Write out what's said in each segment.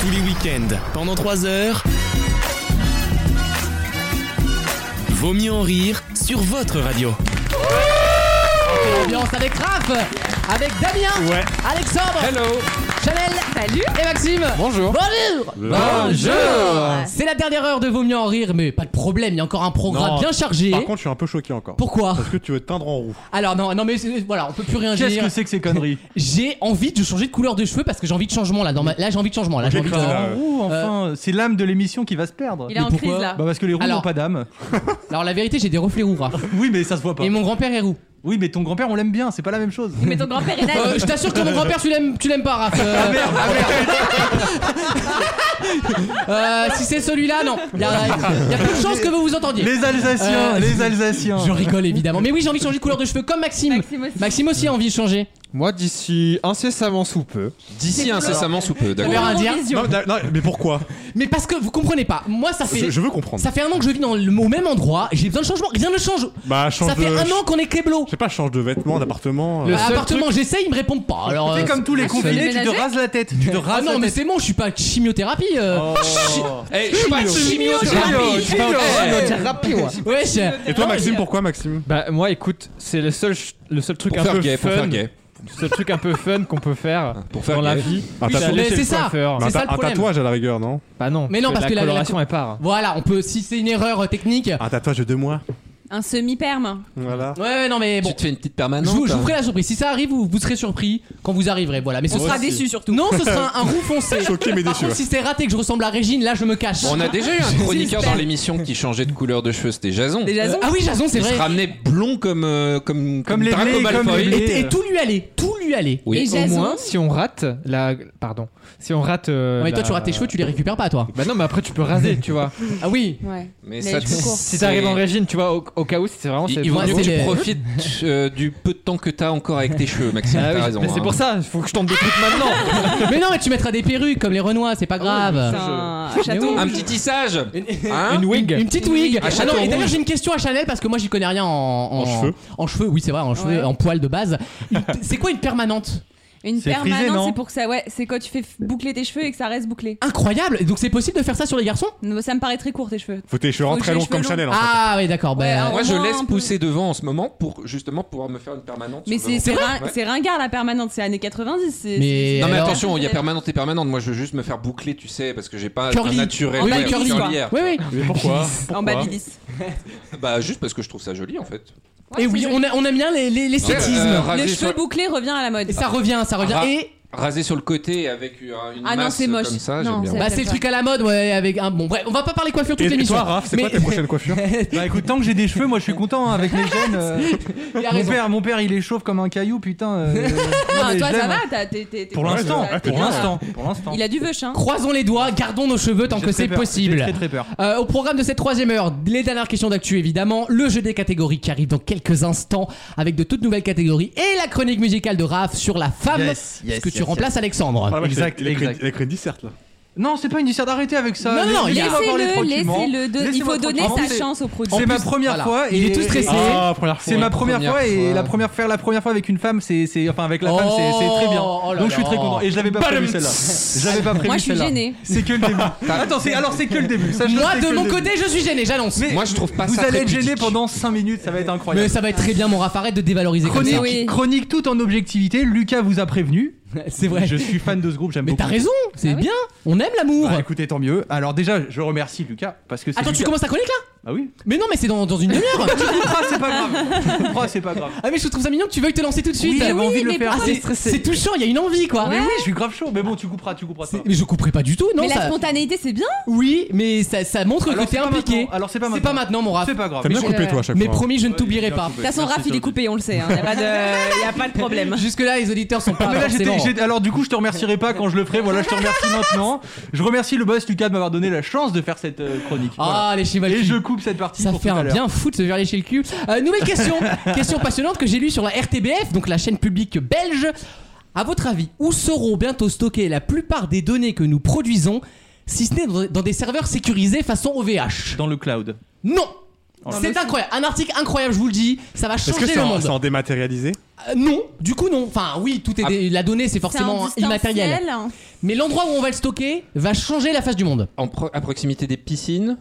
Tous les week-ends, pendant 3 heures. Vaut mieux en rire sur votre radio. Ambiance avec Raph, avec Damien, Ouais. Alexandre, Chanel Salut et Maxime. Bonjour. Bonjour Bonjour. C'est la dernière heure de Vaut mieux en rire, mais pas de problème, il y a encore un programme Non, bien chargé. Par contre, je suis un peu choqué encore. Pourquoi Parce que tu veux te teindre en roux. Alors non, non mais c'est- voilà, on peut plus rien Qu'est-ce dire. que c'est que ces conneries J'ai envie de changer de couleur de cheveux parce que j'ai envie de changement là. dans ma- Là j'ai envie de changement là. J'ai Ok, envie de... Clara. changement. Euh, Ouh, enfin, c'est l'âme de l'émission qui va se perdre. Il est en pourquoi crise là. Bah parce que les roux Alors- n'ont pas d'âme. Alors la vérité j'ai des reflets roux. Raph. Oui, mais ça se voit pas. Et mon grand-père est roux. Oui, mais ton grand-père, on l'aime bien, c'est pas la même chose. Mais ton grand-père est là. Ah, Euh, je t'assure que mon grand-père tu l'aimes, tu l'aimes pas Raph. Euh, ah, euh, si c'est celui-là non. Il y, a il y a peu de chances que vous vous entendiez. Les Alsaciens, Euh, les Alsaciens. Je rigole évidemment. Mais oui j'ai envie de changer de couleur de cheveux comme Maxime. Maxime aussi. Maxime aussi a envie de changer. Moi, d'ici incessamment sous peu. D'ici incessamment sous peu, Pour d'accord un indien. Eurovision. Non, mais, non, mais pourquoi Mais parce que vous comprenez pas. Moi ça fait je, je veux comprendre. ça fait un an que je vis dans le au même endroit. J'ai besoin de changement. Rien ne change. Bah, change Ça fait de. un an qu'on est Keblo. Je sais pas, change de vêtements, d'appartement. Le- euh, Bah, seul appartement, j'essaye, ils me répondent pas. Alors, Tu euh, sais, comme tous les confinés, tu te déménager rases la tête. Tu te ah rases non, mais la tête. c'est bon, je suis pas chimiothérapie. euh. Oh. Eh, je suis pas Chimiothérapie. Pas au Eh. chimiothérapie, ouais. Eh, Wesh. Ah, Et toi, Maxime, pourquoi, Maxime Bah, moi, écoute, c'est le seul, ch- le seul truc Pour un faire peu gay, pour fun. faire gay. Le seul truc un peu fun qu'on peut faire Pour faire dans la gay. vie. Un Oui, tatouage. mais laissé c'est le ça. coiffeur. c'est Un, ça ta- le un problème. tatouage Bah, à la rigueur, non Bah non. Mais non, parce que la- la coloration elle part. Voilà, on peut. Si c'est une erreur euh, technique. Ouais, Un tatouage de deux mois. Un semi-perme. Voilà. ouais, non, mais bon. Tu te fais une petite Je vous, permanente. hein. je vous ferai la surprise. Si ça arrive, vous, vous serez surpris quand vous arriverez. Voilà, mais ce On sera sera déçus surtout. Non, ce sera un, un roux foncé. Choqué mais Par déçu. contre, si c'est raté que je ressemble à Régine, là, je me cache. Bon, on a déjà eu un chroniqueur J'espère. dans l'émission qui changeait de couleur de cheveux, c'était Jason. Déjà, Euh, ah oui, Jason, c'est Il se vrai. ramenait blond comme euh, comme Comme les Draco blés, comme Malfoy. les blés. Et, et tout lui allait, tout lui allait. Oui. Et Au Jason. moins, si on rate la. Pardon. Si on rate. euh, Ouais, mais toi, la- tu rates tes cheveux, tu les récupères pas, toi. Bah non, mais après, tu peux raser, tu vois. Ah oui. Ouais. Mais Les ça, cheveux courts. Si t'arrives en régime, tu vois, au, au cas où, c'est vraiment. Il, c'est- Bah il vaut Ouais, mieux que c'est tu les- profites euh, du peu de temps que t'as encore avec tes cheveux, Maxime. Ah oui, t'as raison. mais c'est hein. Ah. pour ça, faut que je tente des trucs maintenant. mais non, mais tu mettras des perruques comme les Renois, c'est pas Ah grave. C'est un oui. château. Un petit tissage. Hein Une wig. Une petite wig. Un Ah non, chaton et d'ailleurs rouge. j'ai une question à Chanel parce que moi j'y connais rien en, en, En cheveux. En cheveux, oui c'est vrai, en cheveux, Ouais. en poils de base. Il- C'est quoi une permanente Une C'est frisé, permanente, non c'est pour que ça. Ouais, c'est quand tu fais f- boucler tes cheveux et que ça reste bouclé. Incroyable. Et Donc c'est possible de faire ça sur les garçons Non, Ça me paraît très court tes cheveux. Faut tes cheveux Faut en que très j'ai longs les comme cheveux Chanel en fait. Ah oui d'accord. Ouais, ben, alors- Moi, je Moins laisse un peu. pousser devant en ce moment pour justement pouvoir me faire une permanente. Mais sur c'est le c'est moment. rin- Ouais. c'est ringard la permanente, c'est années 90. c'est- Mais- c'est- Non mais alors- attention, il y a permanente et permanente. Moi, je veux juste me faire boucler, tu sais, parce que j'ai pas Curly. un naturel. En Ouais, babyliss, quoi. curlière. Oui oui. Mais pourquoi En babyliss. Bah juste parce que je trouve ça joli en fait. et Eh oui, on, a- on aime bien les, les, les sexismes. Euh, raser Le sur- cheveu bouclé revient à la mode. et ça revient, ça revient. Ah. Ra- Et Rasé sur le côté avec une une Ah non, masse c'est moche. comme ça, Non, j'aime bien. c'est- bah c'est le truc à la mode, ouais, avec un bon. Bref, on va pas parler coiffure toute Et- Et l'émission. toi, Raph, c'est quoi Mais- tes prochaines coiffures Bah écoute, tant que j'ai des cheveux, moi je suis content hein, avec mes gènes. euh, Il a mon, raison. père, mon père, il est chauve comme un caillou, putain. euh, non, Non, mais Ah, toi je ça l'aime, va, hein. t'as- t'es- t'es- Pour t'es- l'instant, t'as- pour l'instant, pour l'instant. Il a du veuche, hein. Croisons les doigts, gardons nos cheveux tant J'ai que très c'est peur, possible. J'ai très très peur. Euh, au programme de cette troisième heure, les dernières questions d'actu évidemment, le jeu des catégories qui arrive dans quelques instants avec de toutes nouvelles catégories et la chronique musicale de Raph sur la femme, Yes, parce que tu remplaces Alexandre. Ah, ouais, Exact, il a écrit- exact. Il a écrit une disserte là. Non, c'est pas une disserte d'arrêter avec ça. Non, non, non, il y a- Laissez-moi parler Laissez-le, tranquillement. laissez-le. de- Il Laissez-moi faut donner tranquillement. sa C'est- chance au produit. C'est En ma plus, première voilà. fois. Il et- est tout stressé. et- Ah, première fois. C'est ma première, première fois, et fois. la première faire la première fois avec une femme, c'est c'est- enfin avec la femme, c'est c'est très bien. Oh là Donc je suis là. très content. Et je l'avais pas prévu celle-là. J'avais pas prévu Moi, je suis celle-là. gênée. C'est que le début. Attends, c'est- alors c'est que le début. Sache-le, Moi c'est que de le mon début. côté je suis gêné, j'annonce. Mais, Mais Moi, je trouve pas vous ça allez très être gêné pudique. pendant 5 minutes, ça va être incroyable. ça va être très bien mon Raph, arrête de dévaloriser comme Chronique, ça. Mais oui. chronique tout en objectivité. Lucas vous a prévenu. C'est vrai. Je suis fan de ce groupe, j'aime Mais beaucoup. t'as raison, c'est Ah oui. bien, on aime l'amour. Bah, écoutez, tant mieux. Alors déjà, je remercie Lucas parce que c'est. Attends, tu Lucas- commences ta chronique là Ah oui. Mais non, mais c'est dans, dans une demi-heure Ah, c'est pas grave. Tu comprends, c'est pas grave. Ah, mais je trouve ça mignon que tu veuilles te lancer tout de suite Oui, j'avais envie de le mais faire. Ah, pourquoi- c'est- C'est touchant, il y a une envie quoi Mais oui, je suis grave chaud. Mais bon, tu couperas, tu couperas. C'est- toi. Mais je couperai pas du tout, non Mais la ça... spontanéité, c'est bien. Oui, mais ça, ça montre Alors, que t'es c'est pas impliqué. maintenant. Alors, c'est pas C'est maintenant. pas maintenant, mon Raph. C'est pas grave. T'as bien Mais- coupé toi à chaque Mais fois. promis, je ne t'oublirai pas. De toute façon, Raph, il est coupé, on le sait. hein. Y a pas de- y a pas de problème. Jusque-là, les auditeurs sont pas Mais là, j'étais- forcément- j'étais- alors du coup, je te remercierai pas quand je le ferai. Voilà, je te remercie maintenant. Je remercie le boss Lucas de m'avoir donné la chance de faire cette euh, chronique. Voilà. Ah, les chevaliers. Et je coupe cette partie Ça pour fait tout à un l'heure. bien fou de se verler chez le cul. Euh, nouvelle question. question passionnante que j'ai lue sur la RTBF, donc la chaîne publique belge. À votre avis, où seront bientôt stockées la plupart des données que nous produisons, si ce n'est dans- dans des serveurs sécurisés façon OVH dans le cloud. Non Oh, c'est incroyable, un article incroyable, je vous le dis, ça va Est-ce changer que c'est le en, monde. c'est en dématérialisé Euh, non, du coup non. Enfin oui, tout est Ah. des- la donnée, c'est C'est en forcément distanciel. immatériel. Mais l'endroit où on va le stocker va changer la face du monde. En pro- à proximité des piscines.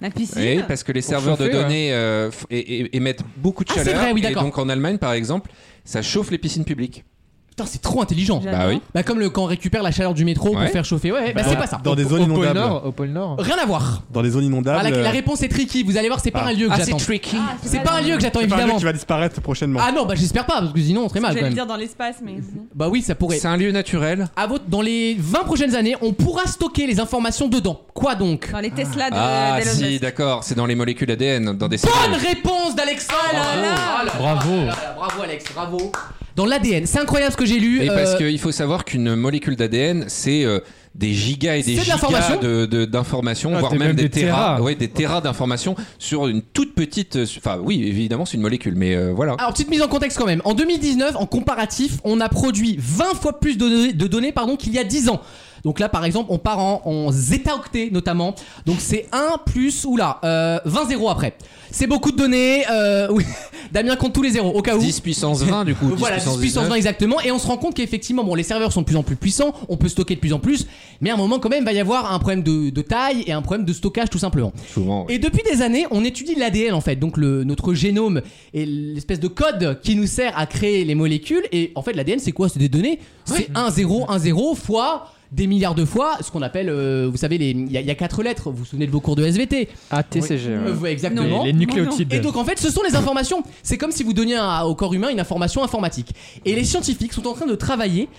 La piscine Oui, parce que les serveurs chauffer, de données euh, f- é- é- émettent beaucoup de Ah, c'est chaleur. vrai, oui, et d'accord. donc en Allemagne, par exemple, ça chauffe les piscines publiques. Putain, c'est trop intelligent. J'adore. Bah oui. Bah comme le, quand on récupère la chaleur du métro Ouais. pour faire chauffer. Ouais, ouais, bah, c'est pas ça. Dans des Au- zones au pôle inondables. Nord, au pôle Nord. Rien à voir. Dans les zones inondables. Ah, la, la euh, réponse est tricky. Vous allez voir, c'est pas Ah. un lieu que j'attends. tricky. Ah, C'est pas un lieu que j'attends c'est pas un lieu évidemment. qui va disparaître prochainement. Ah non, bah j'espère pas parce que sinon on serait mal quand J'allais même. dire dans l'espace, mais. Bah oui, ça pourrait. C'est un lieu naturel. À votre, dans les 20 prochaines années, on pourra stocker les informations dedans. Quoi donc Dans les Tesla de. Ah d'Elon si, Musk. d'accord, c'est dans les molécules ADN, dans des Bonne cellules. réponse d'Alexandre Ah là là. Ah là là, Bravo. ah là là, Bravo Alex, bravo Dans l'ADN, c'est incroyable ce que j'ai lu. Et parce euh, qu'il faut savoir qu'une molécule d'ADN, c'est euh, des gigas et des C'est de gigas l'information de- de- d'informations, Ah, voire t'es même, même des, des téras, téras. ouais, des téras d'informations sur une toute petite. euh, su- Enfin, oui, évidemment, c'est une molécule, mais euh, voilà. Alors, petite mise en contexte quand même. En 2019, en comparatif, on a produit 20 fois plus de données, de données, pardon, qu'il y a 10 ans. Donc là, par exemple, on part en, en zeta-octets notamment. Donc c'est 1 plus, oula, euh, 20 zéros après. C'est beaucoup de données. euh, oui. Damien compte tous les zéros, au cas où. 10 puissance 20, du coup. 10 Voilà, 10 puissance 20 exactement. Et on se rend compte qu'effectivement, bon, les serveurs sont de plus en plus puissants, on peut stocker de plus en plus, mais à un moment quand même, il va y avoir un problème de, de taille et un problème de stockage tout simplement. Souvent, ouais. Et depuis des années, on étudie l'ADN en fait, donc le, notre génome et l'espèce de code qui nous sert à créer les molécules. Et en fait, l'ADN, c'est quoi C'est des données. C'est 1, 0, 1, 0 fois des milliards de fois, ce qu'on appelle, euh, vous savez, les- il y, a- il y a quatre lettres, vous vous souvenez de vos cours de SVT. ATCG. Euh, ouais, exactement. Les, les Non, nucléotides. Et donc en fait, ce sont les informations. C'est comme si vous donniez à- au corps humain une information informatique. Et les scientifiques sont en train de travailler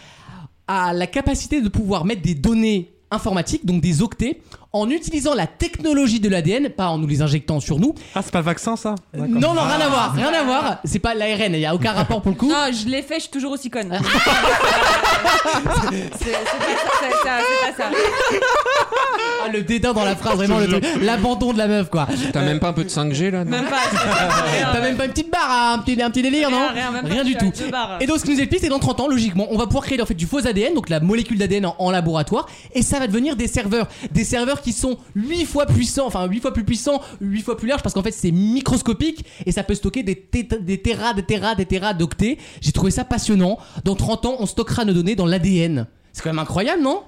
à la capacité de pouvoir mettre des données informatiques, donc des octets, en utilisant la technologie de l'ADN, pas en nous les injectant sur nous. Ah, c'est pas vaccin ça Non, non, rien à voir, rien à voir. C'est pas l'ARN, il y a aucun rapport pour le coup. Non, je l'ai fait, je suis toujours aussi Ah. conne. c'est c'est pas ça, c'est ça, c'est pas ça. Ah, le dédain dans la phrase, vraiment le truc. L'abandon de la meuf, quoi. T'as même pas un peu de 5G là non Même pas. T'as même pas une petite barre, hein, un petit, un petit délire, non Rien, rien, même pas, je du suis à tout. deux barres. Et donc, ce qui nous explique, c'est dans 30 ans, logiquement, on va pouvoir créer en fait du faux ADN, donc la molécule d'ADN en, en laboratoire, et ça va devenir des serveurs. Des serveurs qui sont 8 fois puissants, enfin 8 fois plus puissants, 8 fois plus larges, parce qu'en fait, c'est microscopique, et ça peut stocker des, téta- des téras, des téras, des téras d'octets. J'ai trouvé ça passionnant. Dans 30 ans, on stockera nos données dans l'ADN. C'est quand même incroyable, non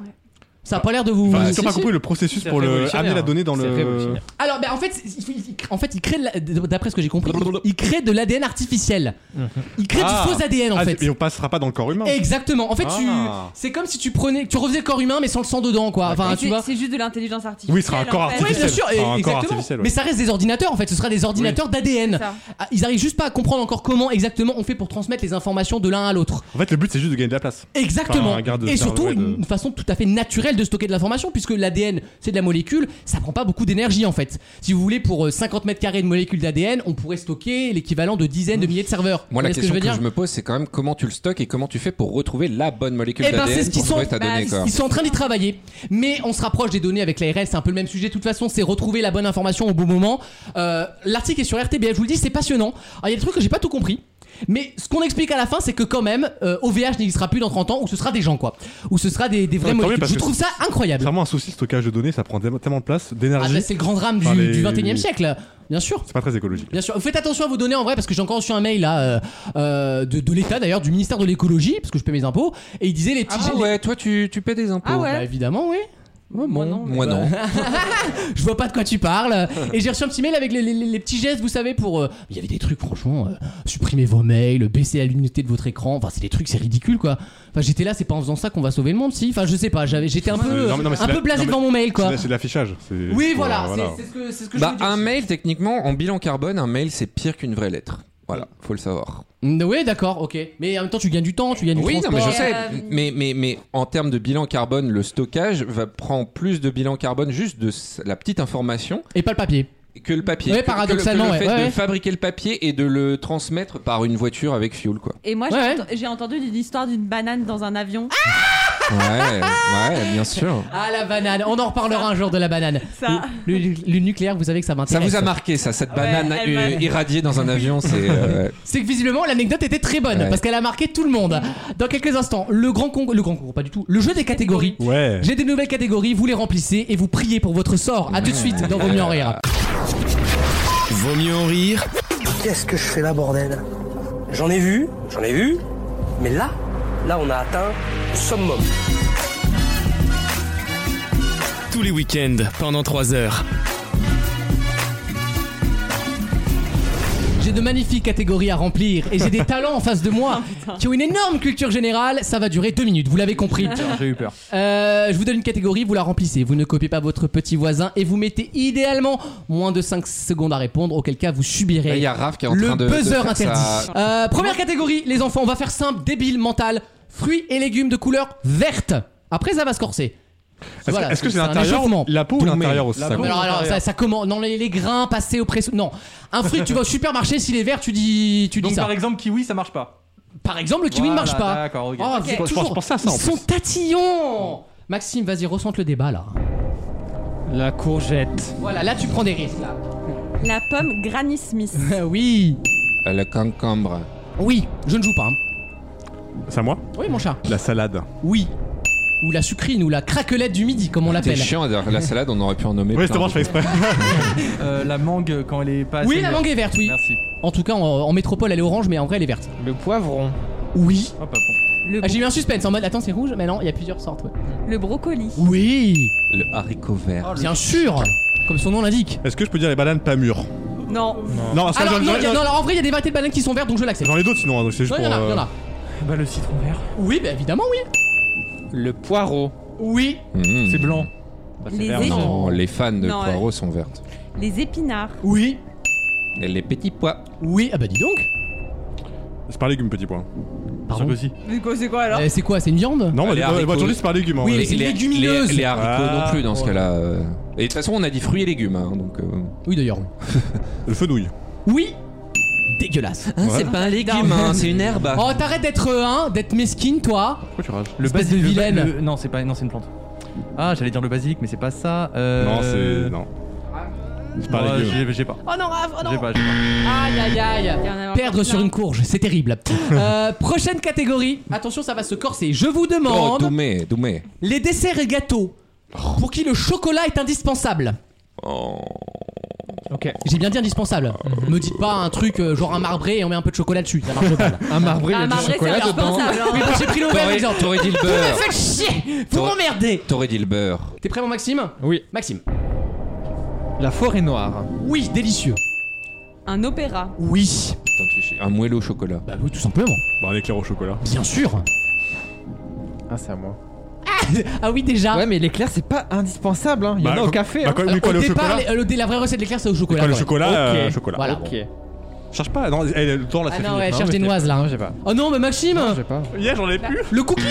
Ça a pas l'air de vous. Enfin, Bah, j'ai si, toujours pas si. compris le processus C'est pour le révolutionnaire. amener la donnée dans C'est le. révolutionnaire. Alors, ben, en fait, il, faut- il- en fait, il crée, de la- d'après ce que j'ai compris, il- il crée de l'ADN artificiel. Il crée Ah. du faux ADN en Ah, fait. Et on passera pas dans le corps humain. Exactement. En fait, tu, Ah. c'est comme si tu prenais, tu refaisais le corps humain, mais sans le sang dedans, quoi. Enfin, Mais tu c'est- vois. C'est juste de l'intelligence artificielle. Oui, ce sera un corps en fait. Oui, bien artificiel. sûr, Enfin, encore exactement. artificiel, ouais. Mais ça reste des ordinateurs en fait, ce sera des ordinateurs d'ADN. Ça. Ah, Ils arrivent juste pas à comprendre encore comment exactement on fait pour transmettre les informations de l'un à l'autre. En fait, le but c'est juste de gagner de la place. Exactement. Enfin, un garde de et cerveau, surtout ouais, de- une façon tout à fait naturelle de stocker de l'information puisque l'ADN c'est de la molécule, ça prend pas beaucoup d'énergie en fait. Si vous voulez pour euh, 50 mètres carrés de molécules d'ADN, on pourrait stocker l'équivalent de dizaines de milliers de serveurs. Moi, la Vous voyez ce question je que je, veux dire me pose, c'est quand même comment tu le stockes et comment tu fais pour retrouver la bonne molécule Eh ben, d'ADN c'est ce qu'ils pour trouver sont. ta Bah, donnée. quoi. Ils sont en train d'y travailler, mais on se rapproche des données avec l'ARN, c'est un peu le même sujet. De toute façon, c'est retrouver la bonne information au bon moment. Euh, L'article est sur RTBF, je vous le dis, c'est passionnant. Alors, Il y a des trucs que j'ai pas tout compris, mais ce qu'on explique à la fin, c'est que quand même, euh, OVH n'existera plus dans 30 ans, ou ce sera des gens, quoi. Ou ce sera des, des vrais Ouais, tant mieux, molécules. parce Je que trouve ça C'est incroyable. vraiment un souci le stockage de données, ça prend tellement de place, Ah, d'énergie. bah, c'est le grand drame du, Enfin, les- du 21 e siècle, bien sûr. c'est pas très écologique. Bien sûr, faites attention à vos données en vrai parce que j'ai encore reçu un mail là euh, euh, de, de l'État d'ailleurs du ministère de l'écologie parce que je paie mes impôts et il disait les petits Ah les- ouais, toi, tu, tu paies des impôts. Ah ouais. Bah, évidemment oui. Moi Bah, non. Moi, non. je vois pas de quoi tu parles. Et j'ai reçu un petit mail avec les, les- les petits gestes, vous savez, pour. euh, Il y avait des trucs, franchement, euh, supprimer vos mails, baisser la luminosité de votre écran. Enfin, c'est des trucs, c'est ridicule, quoi. Enfin, j'étais là, c'est pas en faisant ça qu'on va sauver le monde, si. Enfin, je sais pas, j'avais, j'étais un peu, Non, mais- non, mais c'est un la- peu blasé non, mais- devant mon mail, quoi. C'est c'est de l'affichage. c'est- euh, Oui, voilà, c'est- c'est, C'est ce que, c'est ce que Bah, je voulais un dire. mail, techniquement, en bilan carbone, un mail, c'est pire qu'une vraie lettre. Voilà, faut le savoir. Mm, Oui, d'accord, ok. Mais en même temps, tu gagnes du temps, tu gagnes du Oui, non, transport. mais je Et, sais. euh, Mais, mais, mais en termes de bilan carbone, le stockage va, prend plus de bilan carbone juste de s- la petite information Et pas le papier. que le papier. Ouais, Que- que le- paradoxalement, que le ouais, fait ouais, de ouais. fabriquer le papier et de le transmettre par une voiture avec fuel, quoi. Et moi, Ouais. j'ai ent- j'ai entendu l'histoire d'une banane dans un avion. Ouais, ouais, bien sûr. Ah, la banane. On en reparlera un jour de la banane. Ça. Le, le- le nucléaire, vous savez que ça Ça m'intéresse. vous a marqué, ça, cette banane elle m'a- euh, irradiée dans un avion, c'est. euh, C'est que visiblement l'anecdote était très bonne Ouais. parce qu'elle a marqué tout le monde. Dans quelques instants, le grand concours, le grand concours, pas du tout, le jeu des catégories. Ouais. J'ai des nouvelles catégories, vous les remplissez et vous priez pour votre sort. À tout de suite dans Vos mieux en rire. Vaut mieux en rire Qu'est-ce que je fais là, bordel J'en ai vu, j'en ai vu, mais là, là, on a atteint le summum. les week-ends pendant 3 heures. J'ai de magnifiques catégories à remplir et j'ai des talents en face de moi qui ont une énorme culture générale. Ça va durer deux minutes, vous l'avez compris. Ah. J'ai eu peur. Euh, je vous donne une catégorie, vous la remplissez. Vous ne copiez pas votre petit voisin et vous mettez idéalement moins de 5 secondes à répondre, auquel cas vous Là, subirez il y a Raph qui est en le train de. de buzzer faire interdit. sa- Euh, première catégorie, les enfants, on va faire simple, débile, mental. Fruits et légumes de couleur verte. Après, ça va se corser. Est-ce Voilà, est-ce que c'est un l'intérieur échauffement. La peau ou Tout l'intérieur mêle. aussi La ça peau. compte Alors, alors, ça, ça comment Non, les, les grains passés au presse. Non, un fruit, tu vas au supermarché, s'il est vert, tu dis, tu dis Donc ça. par exemple, kiwi, ça marche pas. Par exemple, le kiwi ne Voilà, marche pas. D'accord, ok. Oh, vous êtes Je pense- je toujours- pense pas à ça, Ils en sont tatillons Maxime, vas-y, ressente le débat là. La courgette. Voilà, là tu prends des risques là. La pomme Granny Smith. oui, Euh, Le concombre. oui, je ne joue pas. hein. C'est à moi Oui, mon chat. La salade. Oui. Ou la sucrine ou la craquelette du midi, comme on C'est l'appelle. chiant, d'ailleurs, la salade, on aurait pu en nommer. Oui, plein justement, je fais exprès. Euh, la mangue quand elle est pas. Oui, assez la verte. mangue est verte, oui. Merci. En tout cas, en, en métropole, elle est orange, mais en vrai, elle est verte. Le poivron. Oui. Oh, pas bon. Le, Ah, bro- J'ai eu un suspense en mode attends, c'est rouge, mais non, il y a plusieurs sortes. ouais. le brocoli. Oui, Le haricot vert. bien sûr, comme son nom l'indique. Est-ce que je peux dire les bananes pas mûres Non. Non, parce que Alors, j'en- non, j'en- il y a- non, alors, en vrai, il y a des variétés de bananes qui sont vertes, donc je l'accepte. j'en ai d'autres sinon, hein, donc c'est Non, juste il y en pour. a, il y en euh, a. Bah le citron vert. Oui, bah évidemment, oui. Le poireau. Oui. Mmh. C'est blanc. les, vert, é- Non, les fans de Non, poireaux sont vertes. les épinards. Oui. Et les petits pois. Oui. Ah bah dis donc. C'est par légumes, petit point. Pardon. aussi. C'est quoi, c'est quoi alors Euh, c'est quoi C'est une viande Non, Ah, bah, les bah, bah, haricots. aujourd'hui, c'est par légumes. hein, Oui, ouais. mais c'est légumineuse. Les, les haricots Ah, non plus dans ce cas-là. euh. Et de toute façon, on a dit fruits et légumes. hein, donc, euh. Oui, d'ailleurs. Le fenouil. Oui. Dégueulasse. Ouais. pas un légume, hein, c'est une herbe. Oh, t'arrêtes d'être euh, hein, d'être mesquine, toi. Pourquoi tu rages Le Espèce de basilic. le- vilaine. le- non, c'est pas. Non, c'est une plante. Ah, j'allais dire le basilic, mais c'est pas ça. Euh... Non, c'est. Non. C'est par Bah, légumes. j'ai j'ai pas. Oh non, Raph, oh J'ai non. pas. j'ai pas. Aïe, aïe, aïe. Il y en a encore Perdre sur plein. une courge, c'est terrible. Euh, prochaine catégorie. Attention, ça va se corser. Je vous Oh, demande Doumé, Doumé. les desserts et gâteaux pour qui le chocolat est indispensable. Oh. Ok. J'ai bien dit indispensable. Me dites pas un truc euh, genre un marbré et on met un peu de chocolat dessus. Ça marche pas. là. Un marbré, il y Ah, a du marbré, c'est chocolat dedans. indispensable. Oui, hein. bon, J'ai pris le mauvais T'aurais exemple. t'aurais dit le Vous me beurre. faites chier. Vous T'aurais- m'emmerdez. T'aurais dit le beurre. T'es prêt, mon Maxime Oui. Maxime. La forêt noire. Oui, délicieux. Un opéra. Oui. Attends, tu fais chier. Un moelleux au chocolat. Bah oui, tout simplement. Bah, un éclair au chocolat. Bien sûr. Ah, c'est à moi. Ah oui, déjà. Ouais, mais l'éclair, c'est pas indispensable. Hein. Il y en Bah, a au quoi- café. Bah, hein. quoi, Euh, mais quoi, au le départ, chocolat les- euh, le- la vraie recette de l'éclair, c'est au chocolat. Quoi, le quand même. chocolat Ok. euh, Chocolat. Voilà. Ok. Cherche pas, non, eh, le temps là, Ah c'est non, fini. ouais, cherche mais des t'es- noises là. Non, hein. j'ai pas. Oh non, mais Maxime Non, j'ai Ah, pas. Yeah, j'en ai plus. Le cookie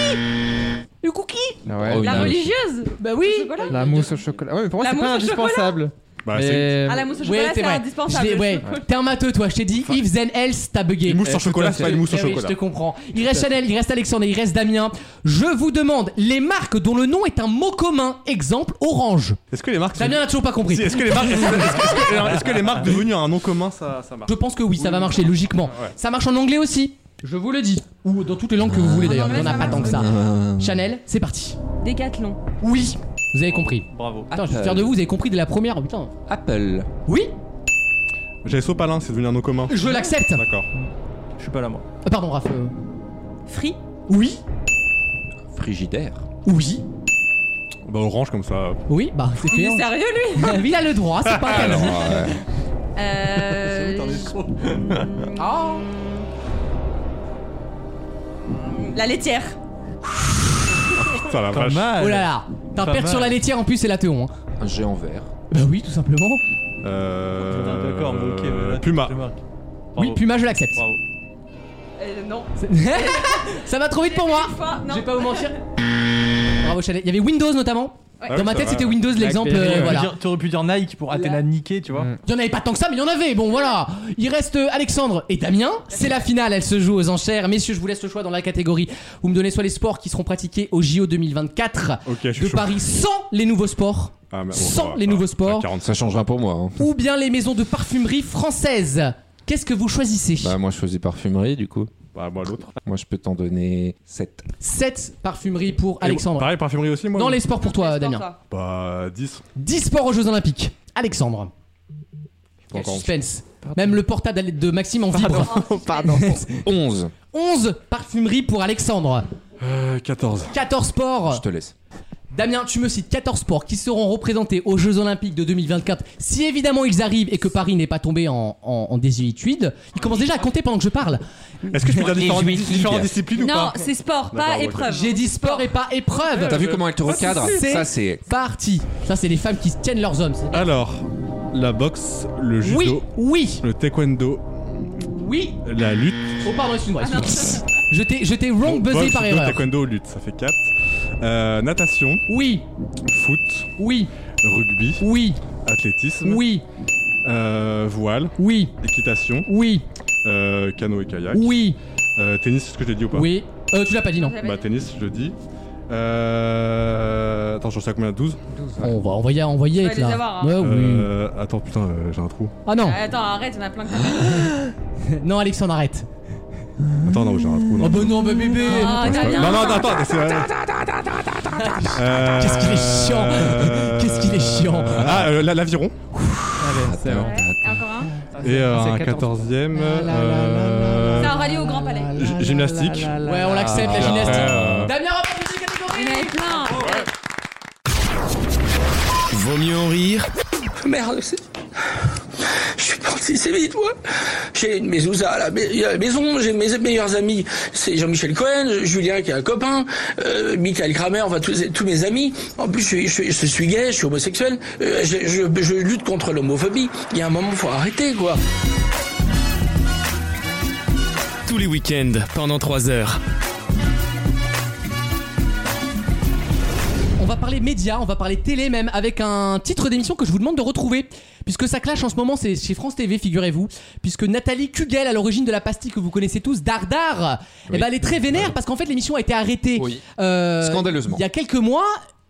Le cookie Ah ouais. Oh, La non. religieuse. Bah oui Au chocolat Ah, La mousse au chocolat. Ouais, mais pour moi, La c'est pas mousse au indispensable. Bah, c'est. Mais... euh, Ah, la mousse au Ouais, chocolat, c'est c'est vrai. indispensable. Je l'ai- ouais. T'es un matheux, toi, je t'ai dit, Yves Zen Else, t'as bugué. Une mousse tout sur à chocolat, fait. c'est pas une mousse au Eh oui, chocolat. je te comprends. Il reste Chanel, il reste Alexandre, il reste Damien. Je vous demande les marques dont le nom est un mot commun. Exemple, orange. Est-ce que les marques. Damien n'a toujours pas compris. Si, Est-ce que les marques. Est-ce que- est-ce que- alors, est-ce que les marques devenues un nom commun, ça ça marche Je pense que oui, ça va marcher logiquement. Ouais. Ça marche en anglais aussi. Je vous le dis. Ou dans toutes les langues que vous voulez d'ailleurs. Il n'y en a pas tant que ça. Ah. Euh, Chanel, c'est parti. Décathlon. Oui. Vous avez compris. Bravo. Attends, je suis fier de vous. Vous avez compris dès la première. Oh, putain. Apple. Oui. J'avais Sopalin, c'est devenu un nom commun. Je l'accepte. Euh, D'accord. Je suis pas là moi. Pardon, Raph. euh, Free. Oui. Frigidaire. Oui. Bah, orange comme ça. Oui. Bah, c'est Il fait. est hein. sérieux lui Il a le droit. C'est pas un Alors, Ah, cadeau. euh, Euh. Oh. La laitière. Ça la Pas vache. mal. Oh là là. T'as Pas perdu sur mal. la laitière en plus c'est la théon. hein. un géant vert. Bah oui, tout simplement. Putain, Euh. D'accord, mais ok. mais là, Puma. je marque. Oui, Bravo. Puma, je l'accepte. Bravo. Euh, non. ça va trop vite pour moi. Une fois, non. Je vais pas vous mentir. Bravo Chanel. Il y avait Windows notamment. Ah Dans oui, ma ça tête, va. c'était Windows l'exemple. Blackberry, euh, ouais. T'aurais voilà. pu dire- T'aurais pu dire Nike pour Athéna niquer, tu vois. Mm. Il y en avait pas tant que ça, mais il y en avait. Bon, voilà. Il reste euh, Alexandre et Damien. C'est la finale. Elle se joue aux enchères. Messieurs, je vous laisse le choix dans la catégorie. Vous me donnez soit les sports qui seront pratiqués au JO 2024 Ok, je suis de chaud. Paris sans les nouveaux sports, Ah, mais bon, ça sans va, les ça va. nouveaux Ah, sports, 40, ça Ça change rien pour moi. hein. ou bien les maisons de parfumerie françaises. Qu'est-ce que vous choisissez Bah, moi, je faisais parfumerie, du coup. Bah, moi, l'autre. Moi, je peux t'en donner 7. Sept parfumeries pour Et Alexandre. Pareil, parfumerie aussi, moi Dans ou- les sports pour toi, Damien. Bah, 10. 10 sports aux Jeux Olympiques. Alexandre. Pas Quel encore. suspense. Même le portable d'Ale- de Maxime en vibre. Pardon. 11. 11 parfumeries pour Alexandre. 14. 14 sports. Ah. Je te laisse. Damien, tu me cites 14 sports qui seront représentés aux Jeux Olympiques de 2024. Si évidemment ils arrivent et que Paris n'est pas tombé en, en, en désuétude, il commence déjà à compter pendant que je parle. Est-ce que je peux dire Les différentes, Juifs. différentes disciplines ou Non, pas c'est sport, D'accord, pas ouais. épreuve. J'ai dit sport et pas épreuve. T'as vu comment elle te recadre c'est- Ça, Oh, c'est. Parti. Ça, c'est les femmes qui tiennent leurs hommes. c'est- Alors, la boxe, le judo, Oui, oui, le taekwondo, oui. la lutte. Oh, pardon, excuse-moi. Ah non. excuse-moi. Je t'ai- je t'ai wrong buzzé boxe, par judo, erreur. taekwondo, lutte, ça fait 4. natation, Oui, foot, oui, rugby, oui, athlétisme, oui, euh, voile, oui, équitation, oui, euh, canoë et kayak, oui, euh, tennis, est-ce que je l'ai dit ou pas oui. Euh, tu l'as pas dit, non Bah tennis, je le dis. Euh... Attends, j'en sais à combien 12 On va envoyer, envoyer, Tu vas les là. avoir, hein. Ouais, Ah oui. euh... Attends, putain, euh, j'ai un trou. Ah non, Attends, arrête, on a Euh, plein de trucs. non, Alexandre, arrête. Attends, non, j'ai un trou. Non, Oh bah non, bah bébé. Ah, non, Damien. non, non, attends, attends, c'est... Euh, Qu'est-ce qu'il est chiant. euh, Qu'est-ce qu'il est chiant. Ah, euh, la- l'aviron. Allez, c'est bon. Ouais, et encore un. Et euh, C'est un 14. quatorzième. La, la, la, la, la, C'est euh, un rallye au Grand Palais. g- Gymnastique. Ouais, on l'accepte, la gymnastique. Euh, Damien, on va passer Il y en avait plein. Vaut mieux en rire Merde, c'est- Je suis parti, c'est vite, moi. J'ai une mezouza à la, mai- à la maison, j'ai mes meilleurs amis. C'est Jean-Michel Cohen, Julien qui est un copain, euh, Michael Kramer, enfin tous, tous mes amis. En plus, je, suis- je suis- je suis gay, je suis homosexuel, euh, je, je- je lutte contre l'homophobie. Il y a un moment, faut arrêter, quoi. tous les week-ends pendant 3 heures. On va parler médias, on va parler télé même, avec un titre d'émission que je vous demande de retrouver. Puisque ça clash en ce moment, c'est chez France TV, figurez-vous. Puisque Nathalie Kugel, à l'origine de la pastille que vous connaissez tous, Dardar, eh ben, elle est très vénère parce qu'en fait l'émission a été arrêtée. Oui. euh, Scandaleusement. Il y a quelques mois.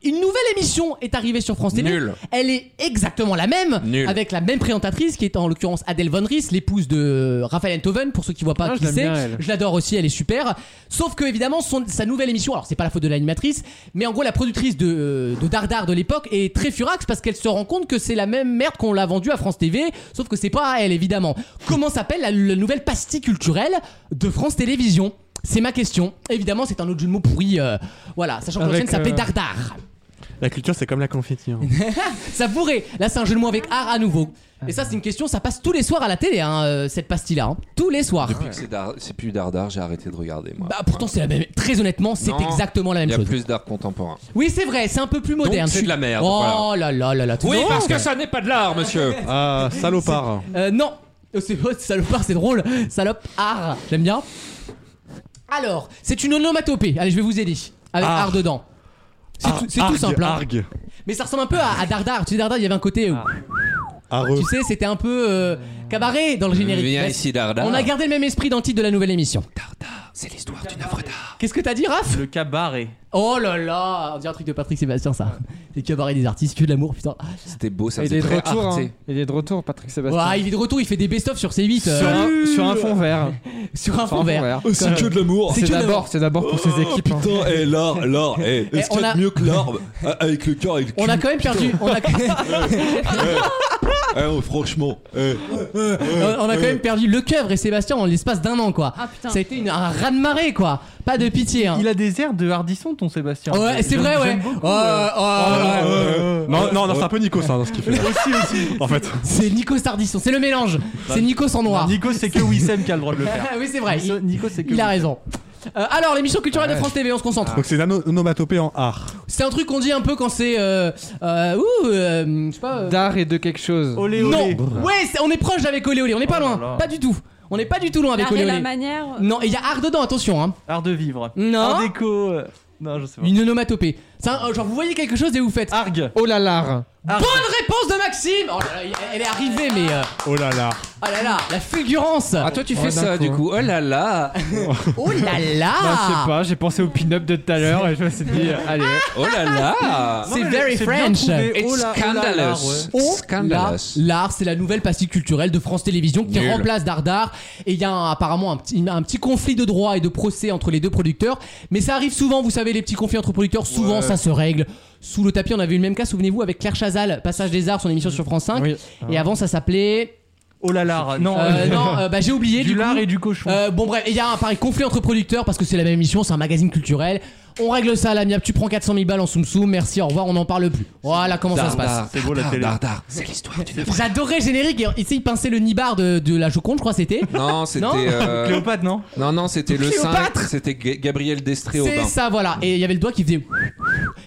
Une nouvelle émission est arrivée sur France TV. Nul. Elle est exactement la même, Nul. avec la même présentatrice qui est en l'occurrence Adèle Von Ries, l'épouse de Raphaël Enthoven, pour ceux qui voient pas Ah, je qui l'aime c'est. bien, elle. Je l'adore aussi, elle est super. Sauf que évidemment son- sa nouvelle émission, alors c'est pas la faute de l'animatrice, mais en gros la productrice de, de Dardar de l'époque est très furax parce qu'elle se rend compte que c'est la même merde qu'on l'a vendue à France TV, sauf que c'est pas à elle évidemment. Comment s'appelle la, la nouvelle pastille culturelle de France Télévisions C'est ma question. Évidemment c'est un autre jeu de mots pourri, euh, voilà, sachant que la Avec, chaîne s'appelait euh, Dardar. La culture, c'est comme la hein. confiture. Ça bourrait. Là, c'est un jeu de mots avec art à nouveau. Et ça, c'est une question, ça passe tous les soirs à la télé, hein, euh, cette pastille-là. hein. Tous les soirs. Depuis que c'est dar- c'est plus Dardar, j'ai arrêté de regarder, moi. Bah, pourtant, c'est la même. Très honnêtement, c'est Non. exactement la Il même y a chose. plus d'art contemporain. Oui, c'est vrai, c'est un peu plus moderne. c'est de la merde, Oh là là là là. tout drôle. ça n'est pas de l'art, monsieur. Ah, salopard. Euh, non. Euh, C'est oh, salopard, c'est drôle. Salope art. J'aime bien. Alors, c'est une onomatopée. Allez, je vais vous aider. Avec Art. art dedans. C'est tout, c'est tout Argue, simple. hein. Argue. Mais ça ressemble un peu à, à Dardar. Tu sais, Dardar, il y avait un côté. où- Ah. Areux. Tu sais, c'était un peu euh, cabaret dans le générique. Viens Mais- ici, Dardar. On a gardé le même esprit dans le titre de la nouvelle émission. C'est l'histoire d'une œuvre d'art. Qu'est-ce que t'as dit, Raph Le cabaret. Oh là là On dirait un truc de Patrick Sébastien, ça. C'est le cabaret des artistes, que de l'amour, putain. C'était beau, ça Il faisait est de très retour, art, hein. tu sais. Il est de retour, Patrick Sébastien. Ouah, il est de retour, il fait des best-of sur C8 euh, Sur un, sur un fond vert. sur un Sur fond vert. Oh, C'est que Oh, de l'amour. C'est C'est que d'abord, c'est d'abord pour ses équipes. hein. et l'art, l'art, eh, Eh, est-ce qu'il y on a a- de mieux que l'art Ah, avec le cœur, avec le On cul a quand même perdu, on a, Hein, Eh, oh, franchement, eh. on a quand même perdu Le Coeuvre et Sébastien en l'espace d'un an, quoi. Ah, putain. Ça a été une- un raz de marée, quoi. Pas de pitié, hein. Il a des airs de hardisson, ton Sébastien. Ouais, c'est J'aime- vrai, ouais. j'aime beaucoup, Oh, euh, oh, oh, Non, non, non, c'est un peu Nico, ça, dans ce qu'il fait. aussi, aussi. En fait. C'est Nico Sardisson, c'est le mélange. C'est Nico en noir. Bah, Nico, c'est que Wissem qui a le droit de le faire. Ah oui, c'est vrai. Nico, Il, Nico, c'est que. il a raison. Euh, alors, l'émission culturelle de Ouais. France TV, on se concentre. Ah. Donc c'est une ano- onomatopée en art. C'est un truc qu'on dit un peu quand c'est. Euh, euh, ouh, euh, je sais pas. euh, D'art et de quelque chose. Oh. Olé, non olé. Ouais, c'est- on est proche avec Olé Olé, on n'est pas Oh là loin. là. Pas du tout. On n'est pas du tout loin avec L'arrêt, Olé la Olé. manière. Non, et il y a art dedans, attention. Hein. Art de vivre. Non. Art déco. euh, Non, je sais pas. Une onomatopée. C'est un- euh, genre, vous voyez quelque chose et vous faites. Argue. Oh là là. Bonne réponse de Maxime Oh là là, elle est arrivée, mais. euh, Oh là là. oh là là, la fulgurance Ah, toi, tu Ouais, fais d'un ça, coup, du hein. coup. Oh là là Oh là là Bah, je sais pas, j'ai pensé au pin-up de tout à l'heure et je me suis dit, euh, allez. Oh là là C'est mais very c'est bien French trouvé. It's Oh là, oh là, là, scandalous Oh là Scandalous L'art, c'est la nouvelle pastille culturelle de France Télévisions qui Nul. remplace Dardar. Et il y a un- apparemment un petit, un petit conflit de droit et de procès entre les deux producteurs. Mais ça arrive souvent, vous savez, les petits conflits entre producteurs, souvent ça se règle. Sous le tapis, on avait eu le même cas, souvenez-vous, avec Claire Chazal, Passage des Arts, son émission sur France 5. Oui. Et avant, ça s'appelait. Oh là là. Non. Euh, non, euh, bah j'ai oublié Du du coup. lard et du cochon. Euh, bon bref, et il y a un pareil conflit entre producteurs parce que c'est la même émission, c'est un magazine culturel. on règle ça à l'amiable, tu prends 400 000 balles en soum soum, merci, au revoir, on n'en parle plus. Voilà comment ça se passe. C'est beau la télé. J'adorais le générique, et ici il pinçait le nibar de, de la Joconde, je crois c'était. Non, c'était. Non. euh, Cléopâtre, non Non, non, c'était le 5. Cléopâtre C'était Ga- Gabriel Destré au C'est bain. ça, voilà. Et il y avait le doigt qui faisait.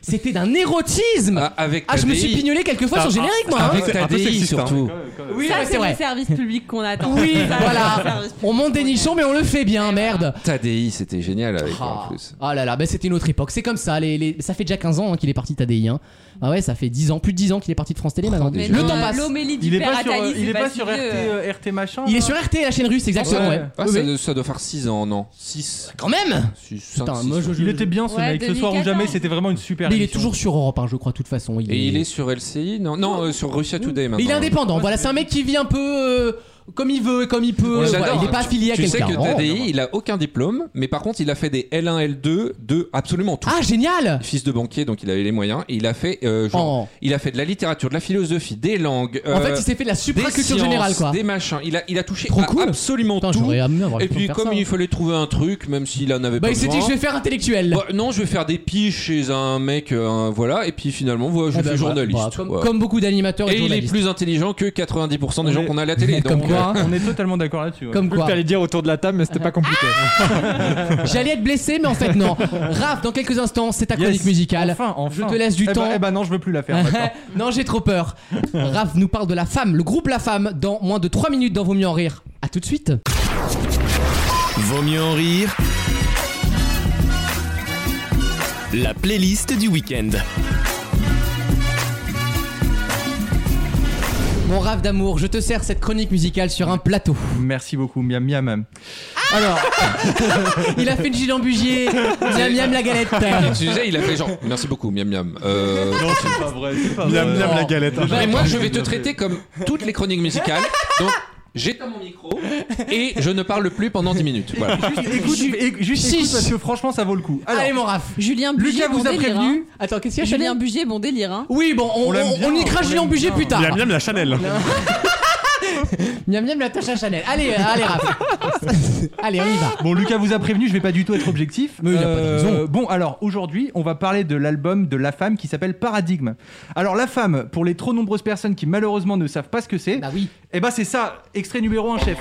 C'était d'un érotisme Ah, avec Ah, je me suis TDI. pignolé quelquefois sur le générique, moi. hein. Avec C'est un peu TDI sexiste, hein. surtout. Ça, Ça, c'est c'est vrai. le service public qu'on attend. Oui, Ça, c'est le voilà. service public. On monte des nichons, mais on le fait bien, merde. TDI, c'était génial avec Ah. Ah, en plus. Ah là là, bah c'était une autre époque. C'est comme ça. Les, les- Ça fait déjà 15 ans hein, qu'il est parti Tadi. Hein. Ah ouais, ça fait 10 ans, plus de 10 ans qu'il est parti de France Télé maintenant. Mais déjà. le non, euh, temps passe. L'homélie du Il est père pas sur, Atali, euh, il c'est est pas si sur RT, vieux, euh. euh, RT machin. Il est sur RT, la chaîne russe, exactement. Ouais. ouais. Ah, Oui, ça, oui. doit- ça doit faire 6 ans, non 6. Quand même 6, Putain, moi, je- Il était bien ce Ouais, mec. Ce soir ou 2014. jamais, c'était vraiment une super. Mais il est émission. toujours sur Europe, hein, je crois, de toute façon. Et il est sur LCI Non, non euh, sur Russia Today maintenant. Mais il est indépendant. Voilà, c'est un mec qui vit un peu euh, comme il veut et comme il peut. J'adore. Voilà, il n'est pas affilié à hein. Tu sais quelqu'un. que Oh, TDI, il a aucun diplôme, mais par contre, il a fait des L1, L2 de absolument tout. Ah, génial Fils de banquier, donc il avait les moyens. Et il a fait, euh, genre, Oh. il a fait de la littérature, de la philosophie, des langues. En euh, fait, il s'est fait de la des supraculture sciences, générale, quoi. Des machins. Il a, il a touché Trop à cool. absolument Putain, tout. j'aurais aimé avoir Et le temps de puis, faire comme ça. hein. il fallait trouver un truc, même s'il en avait Bah, pas il s'est dit, besoin, je vais faire intellectuel. bah, non, je vais faire des piges chez un mec, euh, voilà, et puis finalement, voilà, je Ah suis bah, voilà, journaliste. bah, comme, Ouais. comme beaucoup d'animateurs et, Et il est journalistes. plus intelligent que 90% des gens est- qu'on a à la télé. Comme Donc, euh, quoi, hein. On est totalement d'accord là-dessus. ouais. Comme que quoi. t'allais dire autour de la table, mais c'était pas compliqué. J'allais être blessé, mais en fait, non. Raph, dans quelques instants, c'est ta Yes. chronique musicale. Enfin, Je enfin. te laisse du Eh ben- temps. Eh ben non, je veux plus la faire. maintenant. non, j'ai trop peur. Raph nous parle de la femme, le groupe La Femme, dans moins de 3 minutes dans Vaut mieux en rire. À tout de suite. Vaut mieux en rire. La playlist du week-end. Mon Raph d'amour, je te sers cette chronique musicale sur un plateau. Merci beaucoup, miam miam. Alors, il a fait le Gilles Bugier, miam miam la galette. Tu sais, euh, il a fait genre, merci beaucoup, miam miam. Euh, Non, c'est pas vrai. C'est pas Miam vrai. miam la galette. mais moi, je vais te traiter comme toutes les chroniques musicales. Donc, j'éteins mon micro et je ne parle plus pendant 10 minutes. Voilà. Juste écoute, éc- juste Si. écoute, parce que franchement, ça vaut le coup. Alors, Allez, mon Raph. Julien Bugier, Lucas bon vous a délire. hein. prévenu. Attends, qu'est-ce qu'il y a Julien Chanel Bugier, bon délire. hein. Oui, bon, on, On l'aime on, bien, on y on crache l'aime Julien Bugier bien. plus tard. Miam miam la Chanel. Miam miam la tâche à Chanel. Allez, euh, allez, Raph. allez, on y va. Bon, Lucas vous a prévenu, je vais pas du tout être objectif. Euh, Mais il a pas de raison. Bon, alors aujourd'hui, on va parler de l'album de La Femme qui s'appelle Paradigme. Alors, La Femme, pour les trop nombreuses personnes qui malheureusement ne savent pas ce que c'est, Bah oui. eh ben c'est ça, extrait numéro 1, chef.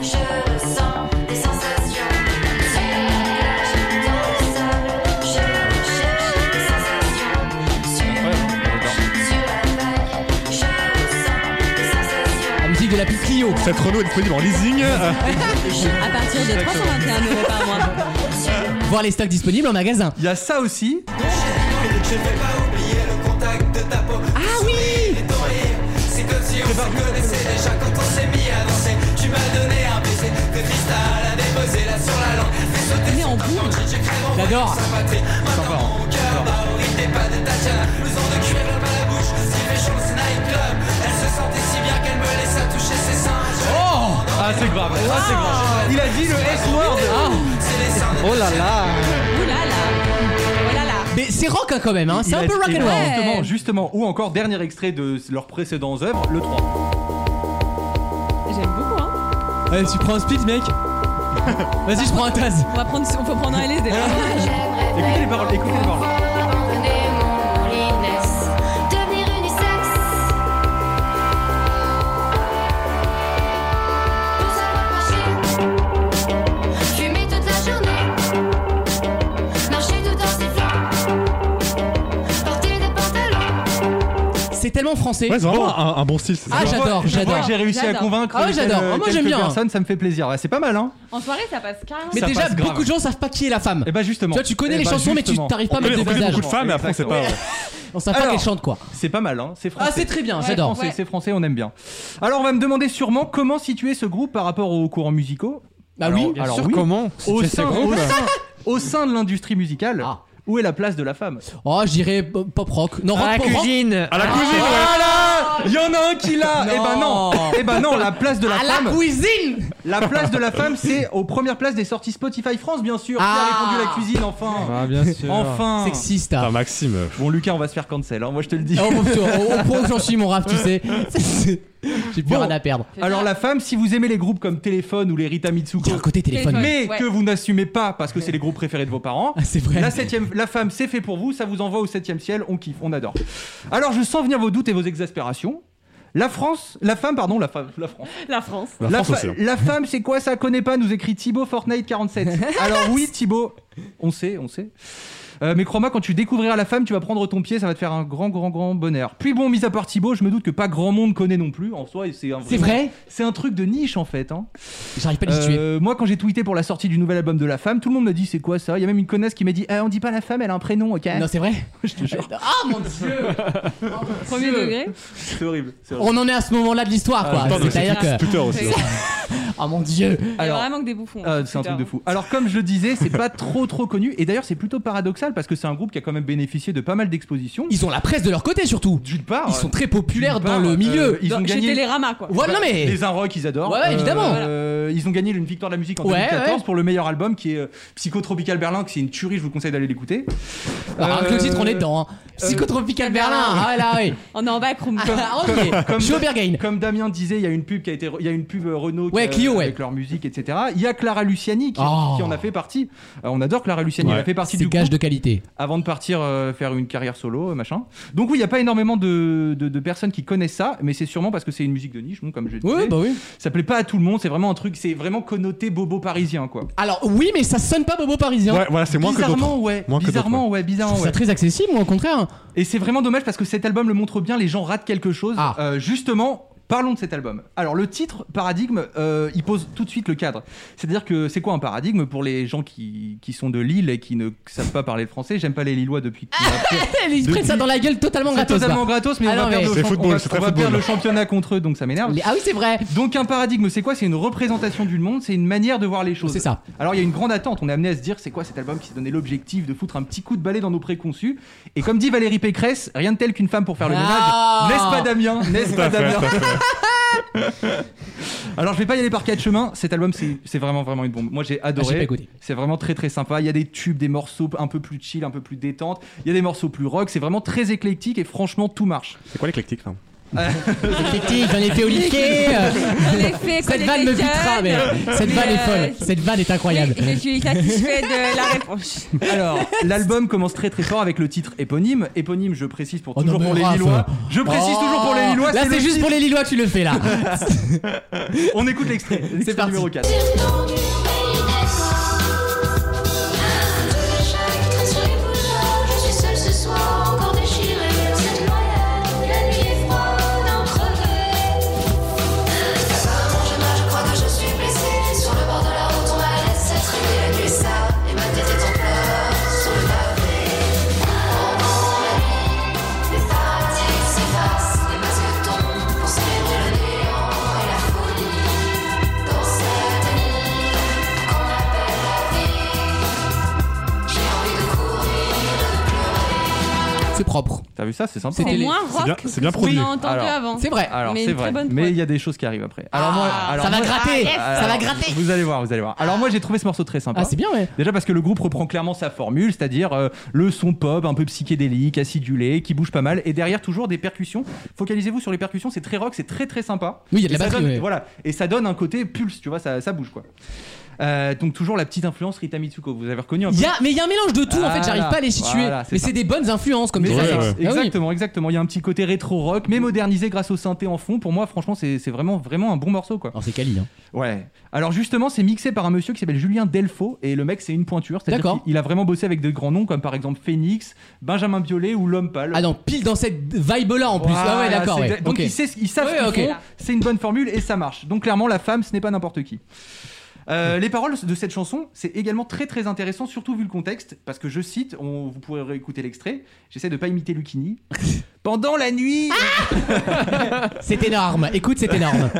La musique de la piste Clio. Cette Renault est disponible en leasing. euh, À partir de 321 euros par mois. Voir les stocks disponibles en magasin. Il y a ça aussi. Ah oui Mais en boule. J'adore Ah, c'est grave. Ah, c'est grave. Il a dit le Ah, S-word. Oh Ouh là là là. là. Oh là là. Mais c'est rock hein, quand même, hein. c'est Il un a peu dit- rock and et roll. Justement, justement. Ou encore, dernier extrait de leurs précédentes œuvres, le 3. J'aime beaucoup, hein. Eh, tu prends un speed mec Vas-y, je prends un Taz. On va prendre, on peut prendre un LSD. là. Ah Écoutez les paroles, écoutez les paroles. C'est tellement français. Ouais, c'est vraiment un, un bon style. c'est ça. Ah, Je vois- j'adore, je vois j'adore. que J'ai réussi à J'adore. convaincre. Ah ouais, j'adore. quelques- Ah, moi, j'aime quelques bien. personnes, ça me fait plaisir. Ouais, C'est pas mal, hein. En soirée, ça passe carrément. mais ça déjà, passe grave. beaucoup de gens savent pas qui est la femme. Et bah justement. Tu vois, tu connais Eh les bah, chansons, mais tu justement. t'arrives pas à On mettre connaît- des on connaît visages. beaucoup de femmes, mais après, on sait pas. Exactement. On savent pas Alors. qu'elle chante quoi. C'est pas mal, hein. C'est français. Ah, c'est très bien, Ouais, j'adore. français, Ouais. C'est français, on aime bien. Alors, on va me demander sûrement comment situer ce groupe par rapport aux courants musicaux. Bah Alors, oui, alors Sur oui, comment Au C'était ce sein, groupe au sein- au sein de l'industrie musicale, Ah. où est la place de la femme Oh, je dirais pop rock. Non, rock, pop rock. cuisine À la cuisine, ouais. Voilà Eh ben, Il y en a un qui l'a Eh ben non Eh ben non, la place de la À la femme, cuisine la place de la femme, c'est aux premières places des sorties Spotify France, bien sûr. Ah. Qui a répondu la cuisine, enfin Ah, bien sûr. Enfin Sexiste. hein. Putain, Maxime. euh, Bon, Lucas, on va se faire cancel, hein, moi je te le dis. Oh, mon putain, au, au point où j'en suis, mon raf, tu sais. J'ai plus Bon. rien à perdre. Alors la femme, si vous aimez les groupes comme Téléphone ou les Rita Mitsuko, Il y a un côté téléphone. Téléphone. mais Ouais. que vous n'assumez pas parce que c'est les groupes préférés de vos parents, Ah, c'est vrai. La, septième, la femme, c'est fait pour vous, ça vous envoie au septième ciel, on kiffe, on adore. Alors je sens venir vos doutes et vos exaspérations. La France, la femme, pardon, la femme, la France. La France. La, La, France fa- aussi. hein. la femme, c'est quoi ça Connaît pas, nous écrit Thibaut Fortnite 47. Alors oui, Thibaut, on sait, on sait. Euh, mais crois-moi, quand tu découvriras la femme, tu vas prendre ton pied, ça va te faire un grand, grand, grand bonheur. Puis bon, mis à part Thibaut, je me doute que pas grand monde connaît non plus. En soi, c'est un C'est vrai C'est un truc de niche en fait. Hein. J'arrive pas à les tuer. Euh, moi, quand j'ai tweeté pour la sortie du nouvel album de la femme, tout le monde m'a dit c'est quoi ça Il y a même une connasse qui m'a dit eh, on dit pas la femme, elle a un prénom, ok Non, c'est vrai Euh, Je te jure, Ah mon dieu Premier degré. c'est horrible. c'est horrible. On en est à ce moment-là de l'histoire, quoi. Attends, mais C'est-à-dire c'est- que. Twitter aussi. hein. Oh mon dieu Il y a Alors- vraiment que des bouffons. hein, Ah, c'est un truc de fou. Alors comme je le disais, c'est pas trop trop connu et d'ailleurs c'est plutôt paradoxal parce que c'est un groupe qui a quand même bénéficié de pas mal d'expositions. Ils ont la presse de leur côté, surtout D'une part, Ils sont très populaires d'une part, dans le euh, milieux. ils ont Chez gagné Télérama, quoi. Voilà, non mais. les un rock, ils adorent. Ouais, ouais, évidemment. Euh, Ils ont gagné une victoire de la musique en Ouais, 2014 ouais. pour le meilleur album qui est euh, Psychotropical Berlin, que c'est une tuerie, je vous conseille d'aller l'écouter. Ah, rien que le Euh, titre, on est dedans. hein. Psychotropical Berlin. Ah ouais, là, oui. On est en backroom. Ah, on y est. Comme- Je suis au Berghain. Comme Damien disait, il y a une pub qui a été, il y a une pub euh, Renault qui, Ouais, euh, Clio, ouais. avec leur musique, etc. Il y a Clara Luciani qui, Oh. qui en a fait partie. Euh, on adore Clara Luciani, elle a fait partie C'est du gage groupe de qualité. avant de partir euh, faire une carrière solo, euh, machin. Donc oui, il n'y a pas énormément de, de- de personnes qui connaissent ça, mais c'est sûrement parce que c'est une musique de niche, bon, comme je disais. Oui, bah oui. Ça plaît pas à tout le monde, c'est vraiment un truc, c'est vraiment connoté bobo parisien, quoi. Alors, oui, mais ça sonne pas bobo parisien. Ouais, voilà, c'est moins que d'autres. bizarrement, ouais. Moins que d'autres, bizarrement, ouais. Je Bizarrement, trouve ouais. ça très accessible, moi, au contraire. Et c'est vraiment dommage parce que cet album le montre bien, les gens ratent quelque chose. Ah. Euh, justement, parlons de cet album. Alors le titre, Paradigme, euh, il pose tout de suite le cadre. C'est-à-dire que c'est quoi un paradigme pour les gens qui, qui sont de Lille et qui ne savent pas parler le français J'aime pas les Lillois depuis... Ils prennent ça dans la gueule totalement C'est gratos. totalement quoi. gratos, mais Ah on va, non, mais- perdre, le C'est champ- football, on va- c'est très on va football. perdre le championnat contre eux, donc ça m'énerve. Les- Ah oui, c'est vrai. Donc un paradigme, c'est quoi C'est une représentation du monde, c'est une manière de voir les choses. C'est ça. Alors il y a une grande attente, on est amené à se dire c'est quoi cet album qui s'est donné l'objectif de foutre un petit coup de balai dans nos préconçus. Et comme dit Valérie Pécresse, rien de tel qu'une femme pour faire le Ah. ménage. N'est-ce pas Damien N'est-ce pas Damien Alors je vais pas y aller par quatre chemins, cet album c'est c'est vraiment vraiment une bombe. Moi j'ai Ah, j'ai pas adoré. écouté. c'est vraiment très très sympa. Il y a des tubes, des morceaux un peu plus chill, un peu plus détente. Il y a des morceaux plus rock. C'est vraiment très éclectique et franchement tout marche. C'est quoi l'éclectique là Effectivement, j'en ai fait Olivier. On est fait Cette vanne me vitera, mais cette vanne est folle. Cette vanne est incroyable. Je suis satisfait de la réponse. Alors, l'album commence très très fort avec le titre éponyme. Éponyme, je précise pour Oh non, toujours mais pour les Raph, Lillois. euh. Je précise Oh, toujours pour les Lillois. Là, le c'est juste titre. pour les Lillois, tu le fais là. On écoute l'extrait. l'extrait parti. Numéro 4. Oh, C'est propre. T'as vu ça C'est sympa. C'est hein. C'est télé. moins C'est bien- rock. c'est bien produit. On a entendu Alors, avant. C'est vrai. Alors, Mais c'est une très vrai. bonne Mais prod. il y a des choses qui arrivent après. Alors, moi, alors Ah, ça va moi- ah, gratter. ça va alors, gratter. Vous allez voir, vous allez voir. Alors moi j'ai trouvé ce morceau très sympa. Ah, c'est bien, ouais. Déjà parce que le groupe reprend clairement sa formule, c'est-à-dire euh, le son pop un peu psychédélique, acidulé, qui bouge pas mal, et derrière toujours des percussions. Focalisez-vous sur les percussions, c'est très rock, c'est très très sympa. Oui, il y a de la Et ça batterie, donne- ouais. Voilà, et ça donne un côté pulse, tu vois, ça, ça bouge quoi. Euh, donc toujours la petite influence Rita Mitsuko, vous avez reconnu un peu. Il y a, mais il y a un mélange de tout en fait, Voilà. j'arrive pas à les situer. Voilà, c'est mais ça. c'est des bonnes influences comme Mais des ça, Ouais, ça- ouais. Ah oui. Exactement, exactement. Il y a un petit côté rétro rock, mais modernisé grâce au synthé en fond. Pour moi, franchement, c'est c'est vraiment, vraiment un bon morceau, quoi. Alors c'est Cali. Hein. Ouais. Alors justement, c'est mixé par un monsieur qui s'appelle Julien Delfaux et le mec c'est une pointure. D'accord. D'accord. Il a vraiment bossé avec de grands noms comme par exemple Phoenix, Benjamin Biolay ou L'Homme Pâle. Ah non, pile dans cette vibe là en plus. ah ouais, Voilà, d'accord. c'est- Ouais. Donc Ok. ils, sait- ils savent Ouais, ce qu'ils ok. font, c'est une bonne formule et ça marche. Donc clairement, la femme, ce n'est pas n'importe qui. Euh, les paroles de cette chanson, c'est également très très intéressant, surtout vu le contexte, parce que je cite, on, vous pourrez réécouter l'extrait, j'essaie de pas imiter Lucini. Pendant la nuit, Ah C'est énorme. Écoute, c'est énorme.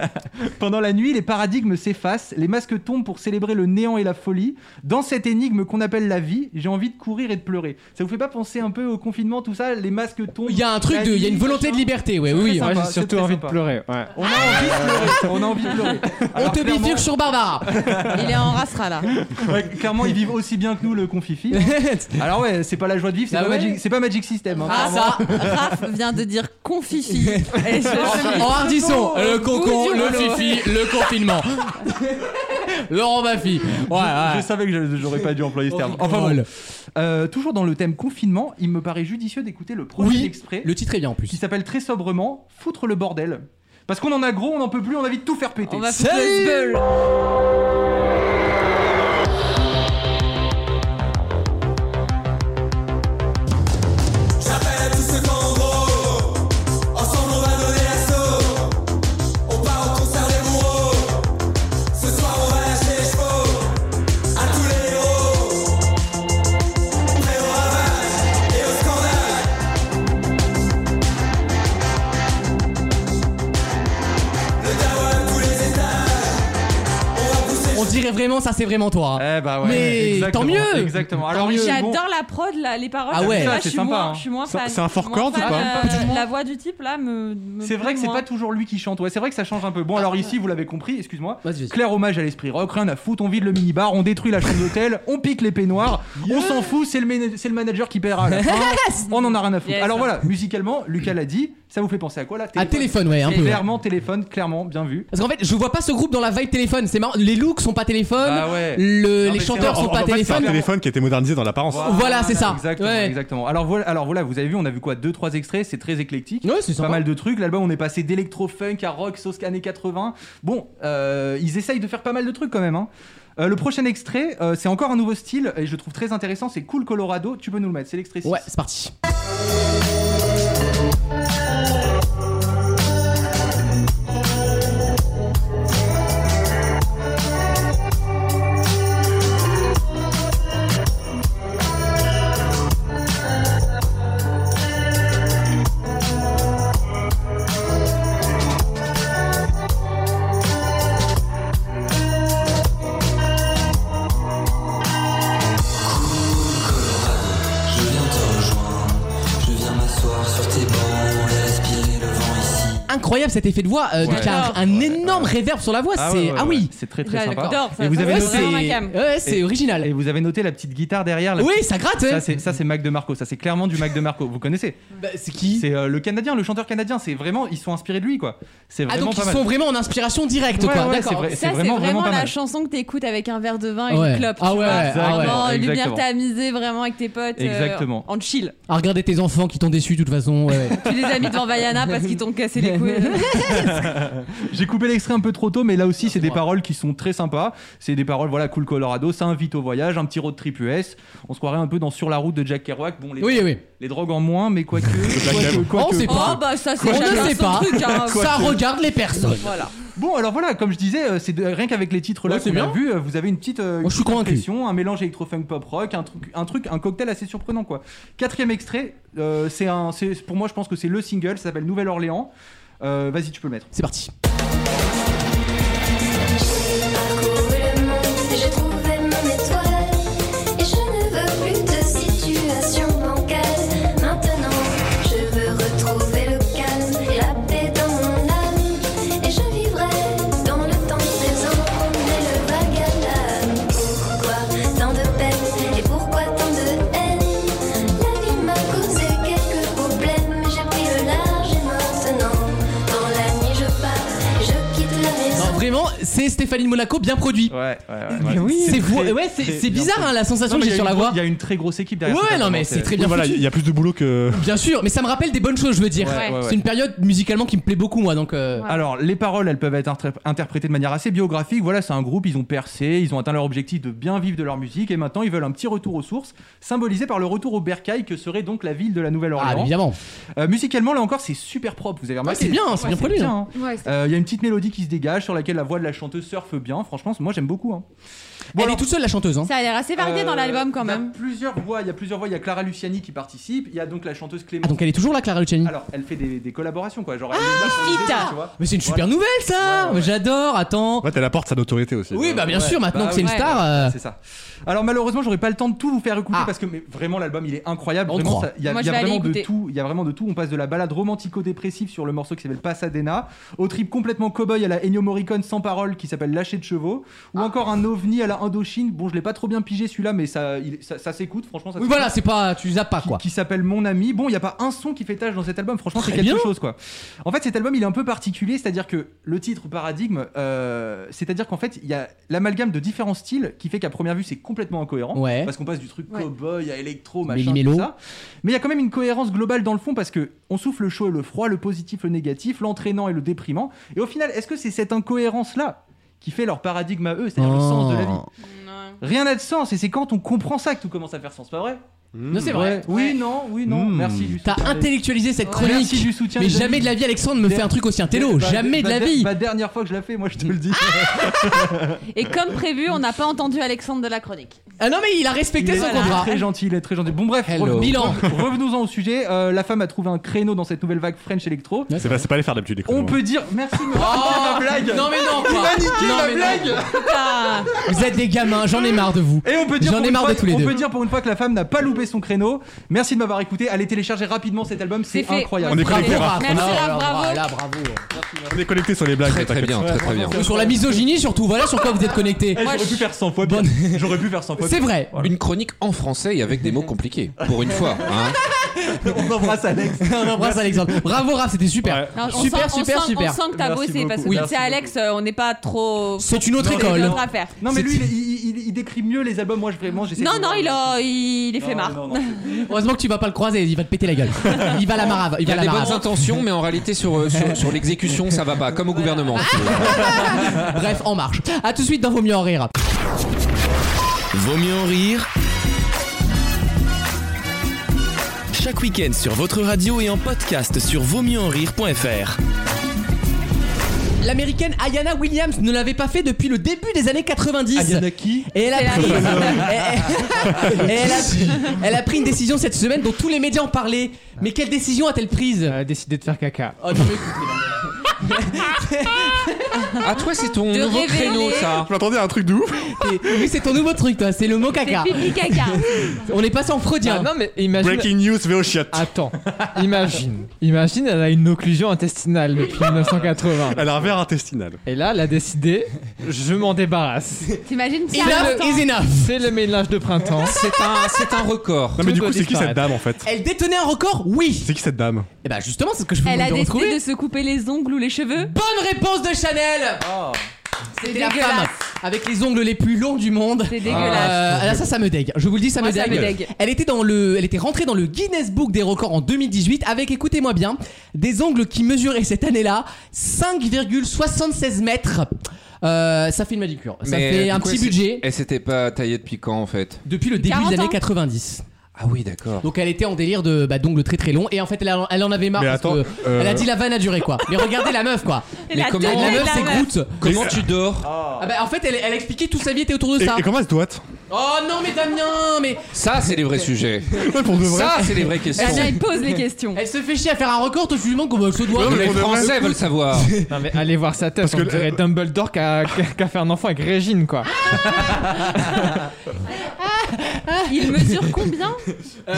Pendant la nuit, les paradigmes s'effacent, les masques tombent pour célébrer le néant et la folie. Dans cette énigme qu'on appelle la vie, j'ai envie de courir et de pleurer. Ça vous fait pas penser un peu au confinement, tout ça Les masques tombent. Il y a un truc de. Il y a une volonté de liberté, ouais, oui, oui. sympa, Moi, j'ai bah, c'est surtout très envie sympa. de pleurer. Ouais. On a envie de pleurer. On a envie de pleurer. On Alors, te clairement- bifurque sur Barbara. Il est en rassera là. Ouais, clairement, ils vivent aussi bien que nous le confifi. Alors ouais, c'est pas la joie de vivre, c'est Ah pas, ouais Magic- c'est pas Magic System. hein, ah, clairement. ça. Raph vient de dire confifi. Et je- En hardisson, le cocon, bout du le rouleau. fifi, le confinement. Laurent Baffy. Ouais, Je ouais. savais que je- j'aurais pas dû employer ce terme. On Enfin bon. rigole. Euh, toujours dans le thème confinement, il me paraît judicieux d'écouter le prochain Oui, extrait. le titre est bien en qui plus. s'appelle très sobrement Foutre le bordel. Parce qu'on en a gros, on n'en peut plus, on a envie de tout faire péter. On va foutre le zbeul. On dirait vraiment, ça c'est vraiment toi. hein. Eh bah ouais, Mais exactement, tant mieux Exactement. Alors oui, bon, J'adore la prod, là, les paroles. Ah ouais. Tu vois, Ça, je c'est suis sympa, moins, hein. je suis moins C'est- fan. c'est un four Je suis moins chord ou fan, pas euh, Pas du tout. La voix du type là me. me c'est vrai plaît que c'est moins. pas toujours lui qui chante. Ouais, c'est vrai que ça change un peu. Bon, alors ici, vous l'avez compris, excuse-moi. Vas-y, vas-y. Clair hommage à l'esprit rock, rien à foutre, on vide le minibar, on détruit la chambre d'hôtel, on pique les peignoirs, on s'en fout, c'est le, mana- c'est le manager qui paiera à la fin, on en a rien à foutre. Yes. Alors voilà, musicalement, Lucas l'a dit, ça vous fait penser à quoi là À téléphone, ouais, un peu. ouais. Clairement, téléphone, clairement, bien vu. Parce qu'en fait, je vois pas ce groupe dans la vibe téléphone. C'est marrant. Les looks sont pas téléphone. Bah ouais. le- les Non, mais c'est chanteurs vrai. sont En- pas en fait, C'est un téléphone. téléphone qui a été modernisé dans l'apparence. Voilà, c'est ça. Exactement, Ouais. exactement. Alors voilà, alors voilà, vous avez vu, on a vu quoi Deux, trois extraits, c'est très éclectique. Ouais, c'est Pas sympa. mal de trucs. L'album, on est passé d'électro-funk à rock, sauce années 80. Bon, euh, ils essayent de faire pas mal de trucs quand même. hein. Euh, le prochain extrait, euh, c'est encore un nouveau style et je le trouve très intéressant. C'est Cool Colorado. Tu peux nous le mettre, c'est l'extrait 6. Ouais, c'est parti. Je viens te rejoindre, je viens m'asseoir sur tes bancs et respirer le vent ici. Incroyable cet effet de voix. euh, donc, il y a un, un énorme réverb sur la voix. Ah, c'est... ouais, ouais, ouais, ah ouais. oui. C'est très très sympa. J'adore ça. Et vous ça, avez Ouais, c'est c'est... vraiment ma cam. ouais, c'est Et- original. Et vous avez noté la petite guitare derrière. la- Oui, ça gratte. hein. Ça ouais. c'est ça c'est Mac de Marco. Ça c'est clairement du Mac de Marco. Vous connaissez Bah, c'est qui C'est euh, le Canadien, le chanteur canadien. C'est vraiment, ils sont inspirés de lui quoi. C'est Ah, vraiment donc ils pas mal. sont vraiment en inspiration directe, Ouais, quoi. ouais, D'accord. c'est vrai. Ça, c'est vraiment, vraiment, vraiment pas la mal. chanson que t'écoutes avec un verre de vin et Ouais. une clope. Ah tu ouais, vois. ah ouais. Vraiment, lumière Exactement. tamisée vraiment avec tes potes. euh, Exactement. en chill. À regarder tes enfants qui t'ont déçu, de toute façon. ouais, ouais. Tu les as mis devant Vaiana parce qu'ils t'ont cassé les couilles. J'ai coupé l'extrait un peu trop tôt, mais là aussi, c'est des moi. paroles qui sont très sympas. C'est des paroles, voilà, cool Colorado, ça invite au voyage, un petit road trip US. On se croirait un peu dans Sur la route de Jack Kerouac. Bon, les, oui, oui. les drogues en moins, mais quoique. quoique, Oh, on quoique. sait oh pas. bah ça On c'est chacun ne sait son pas. truc, hein. Ça regarde les personnes. Voilà. Bon, alors voilà, comme je disais, euh, c'est de- rien qu'avec les titres là Ouais, c'est qu'on a bien. vu, euh, vous avez une petite, euh, une Moi, je suis petite convaincu. impression, un mélange électro-funk pop-rock, un truc, un truc, un cocktail assez surprenant quoi. Quatrième extrait, euh, c'est un, c'est- pour moi, je pense que c'est le single, ça s'appelle Nouvelle-Orléans. Euh, Vas-y, tu peux le mettre. C'est parti. J'ai parcouru le monde et j'ai trouvé mon étoile Et je ne veux plus de situation bancale Maintenant, je veux retrouver le calme et la paix dans mon âme Et je vivrai dans le temps présent Mais le vague à l'âme Pourquoi tant de peine et pourquoi tant de haine La vie m'a causé quelques problèmes Mais j'ai pris le large et maintenant Dans la nuit je pars et je quitte la Non, maison vraiment, c'est Stéphanie de Monaco bien produit. Ouais, ouais, ouais. C'est vo- très- ouais, c'est- très c'est bien bizarre produit. hein, la sensation Non, que mais il y j'ai sur a une la gro- voix. Il y a une très grosse équipe Ouais, derrière. cette non, performance, mais c'est très bien Voilà, foutu. il y a plus de boulot que. Bien sûr, mais ça me rappelle des bonnes choses, je veux dire. euh, Ouais, ouais, ouais. C'est une période musicalement qui me plaît beaucoup, moi. Donc, euh, Alors, les paroles, elles peuvent être intré- interprétées de manière assez biographique. Voilà, c'est un groupe, ils ont percé, ils ont atteint leur objectif de bien vivre de leur musique, et maintenant ils veulent un petit retour aux sources, symbolisé par le retour au bercail que serait donc la ville de la ah, mais Nouvelle-Orléans. évidemment. Euh, musicalement, là encore, c'est super propre, vous avez Ouais, remarqué. c'est bien, c'est Ouais, bien produit. hein. hein. Euh, Il y a une petite mélodie qui se dégage sur laquelle la voix de la chanteuse surfe bien. Franchement, moi j'aime beaucoup. hein. Bon, Elle est alors- toute seule la chanteuse. Hein. Ça a l'air assez varié dans Euh, l'album quand il y a même. Plusieurs voix, il y a plusieurs voix. Il y a Clara Luciani qui participe. Il y a donc la chanteuse Clément. Ah, donc elle est toujours là, Clara Luciani. Alors, elle fait des, des collaborations, quoi. Genre, elle les feats. Mais c'est une super nouvelle ça J'adore, attends. Ouais, elle apporte sa notoriété aussi. Oui, bah bien sûr, maintenant bah que c'est une ouais. star. euh, C'est ça. Alors malheureusement, j'aurais pas le temps de tout vous faire écouter parce que mais vraiment l'album il est incroyable. On te Vraiment, croit. ça- Il y a, Ah. Moi, il je y a vais aller vraiment de écouter. tout. Il y a vraiment de tout. On passe de la balade romantico-dépressive sur le morceau qui s'appelle Pasadena, au trip complètement cowboy à la Ennio Morricone sans parole qui s'appelle Lâcher de chevaux, Ah. ou encore un ovni à la Indochine. Bon, je l'ai pas trop bien pigé celui-là, mais ça, il- ça, ça s'écoute franchement. Ça Oui, s'écoute voilà, c'est pas. Tu zappes pas quoi. qui s'appelle Mon ami. Bon, il n'y a pas un son qui fait tâche dans cet album. Franchement, c'est Très quelque bien. chose, quoi. En fait, cet album, il est un peu particulier, c'est-à-dire que le titre Paradigme, euh, c'est-à-dire qu'en fait, il y a l'amalgame de différents styles qui fait qu'à première vue, c'est complètement incohérent. Ouais. Parce qu'on passe du truc Ouais. cowboy à électro, Méli machin, mélo. tout ça. Mais il y a quand même une cohérence globale dans le fond parce que on souffle le chaud et le froid, le positif, le négatif, l'entraînant et le déprimant. Et au final, est-ce que c'est cette incohérence-là qui fait leur paradigme à eux, c'est-à-dire Oh. le sens de la vie Rien n'a de sens et c'est quand on comprend ça que tout commence à faire sens, pas vrai Non, c'est vrai. oui, Ouais. non, oui, non. Mmh. Merci du T'as soutien. intellectualisé cette chronique. Merci du soutien. Mais les jamais amis. de la vie, Alexandre me fait un truc aussi intello. Bah, Jamais de bah, la bah, vie. Ah, Bah, dernière fois que je la fais, moi je te le dis. Et comme prévu, on n'a pas entendu Alexandre de la chronique. Ah non, mais il a Il respecté est son contrat. très gentil, il est très Oh, gentil. Bon, bref, Hello. revenons- Bilan. revenons-en au sujet. Euh, la femme a trouvé un créneau dans cette nouvelle vague French Electro. C'est pas, c'est pas les faire d'habitude, les On cons. hein. peut dire merci, mais ma blague. Oh Non mais non quoi. Non, mais non. Ah, Vous êtes des gamins, j'en ai marre de vous. Et on peut dire, J'en pour ai une marre fois, de tous les on deux. peut dire pour une fois que la femme n'a pas loupé son créneau. Merci de m'avoir écouté. Allez télécharger rapidement cet album, c'est c'est fait. incroyable. On est Bravo. connectés, Raph. Merci, là, bravo. Là, bravo. On est connectés sur les blagues. Très mais très t'inquiète. bien, très très bien. Sur la misogynie surtout, voilà sur quoi vous êtes connectés. Eh, J'aurais pu faire 100 fois. pire. J'aurais pu faire 100 fois. C'est vrai. Une chronique en français et avec des mots compliqués, pour une fois. Hein. pire. On embrasse Alex. On embrasse Alexandre. Bravo Raph, c'était super. Non, on Super, sent- on super, sent- super. On sent que t'as Merci bossé beaucoup. parce que Oui. tu sais, Alex, euh, on n'est pas trop. C'est une autre on a école. d'autres affaires. Non mais lui, il, il- il- il décrit mieux les albums. Moi, je vraiment, j'essaie. Non, de- non, il, a- il est fait Non, marre. non, non. Heureusement que tu vas pas le croiser, il va te péter la gueule. Il va à la marave, il Il y va à a la des bonnes marave. intentions, mais en réalité, sur, euh, sur, sur l'exécution, ça va pas, comme au gouvernement. Bref, en marche. À tout de suite dans Vaut mieux en rire. Vaut mieux en rire. Chaque week-end sur votre radio et en podcast sur vaumieuxenrire.fr. L'américaine Ayana Williams ne l'avait pas fait depuis le début des années 90. Ayana qui Et elle a, C'est la pris, raison. Et- et- et elle, a, elle a pris une décision cette semaine dont tous les médias ont parlé. Mais quelle décision a-t-elle prise a décidé de faire caca. Oh, non, mais écoutez, Ah, toi, c'est ton De nouveau révéler. créneau, ça. Je m'attendais à un truc de ouf. c'est- oui, c'est ton nouveau truc, toi, c'est le mot C'est caca. pipi caca. On est passé en freudien. Ah, non, mais imagine. Breaking news, VO chiottes. Attends, imagine. Imagine, elle a une occlusion intestinale depuis 1980. Elle a un verre intestinal. Et là, elle a décidé, je m'en débarrasse. T'imagines ça enough is enough. C'est le ménage de printemps. C'est un, c'est un record. Non, mais Tout du coup, doit c'est qui disparaître. cette dame en fait Elle détenait un record Oui C'est qui cette dame Et bah justement, c'est ce que je voulais Elle a vous décidé retrouver. de se couper les ongles ou les cheveux. Bonne réponse de Chanel C'était la dégueulasse. femme avec les ongles les plus longs du monde. C'est dégueulasse. Euh, là, ça, ça me dégue. Je vous le dis, ça, Moi, me, ça dégue. me dégue. Elle était dans le, elle était rentrée dans le Guinness Book des records en 2018 avec, écoutez-moi bien, des ongles qui mesuraient cette année-là 5,76 mètres. Euh, ça fait une manicure. Ça Mais fait du un coup, petit elle s'est- budget. Elle s'était pas taillée depuis quand, en fait Depuis le début 40 des années ans. 90. Ah oui, d'accord. Donc elle était en délire de bah, d'ongles très très longs et en fait elle, a- elle en avait marre Mais parce attends, que euh, elle a dit la vanne a duré quoi. Mais regardez la meuf quoi. Et Mais la comment- tenue La de meuf c'est meuf. Groot. Comment tu dors Ah bah, en fait elle, elle expliquait toute sa vie était autour de et, ça. et comment elle se doit Oh non mais Damien mais Ça, c'est les vrais sujets. Pour de vrai Ça, c'est les vraies questions. Damien, il pose les questions. elle se fait chier à faire un record tout finalement qu'on se doit. Les pour de vrai. Français veulent savoir. Non, mais allez voir sa tête, Parce on que- dirait Dumbledore qui a, qui a- qui a fait un enfant avec Régine, quoi. Il mesure combien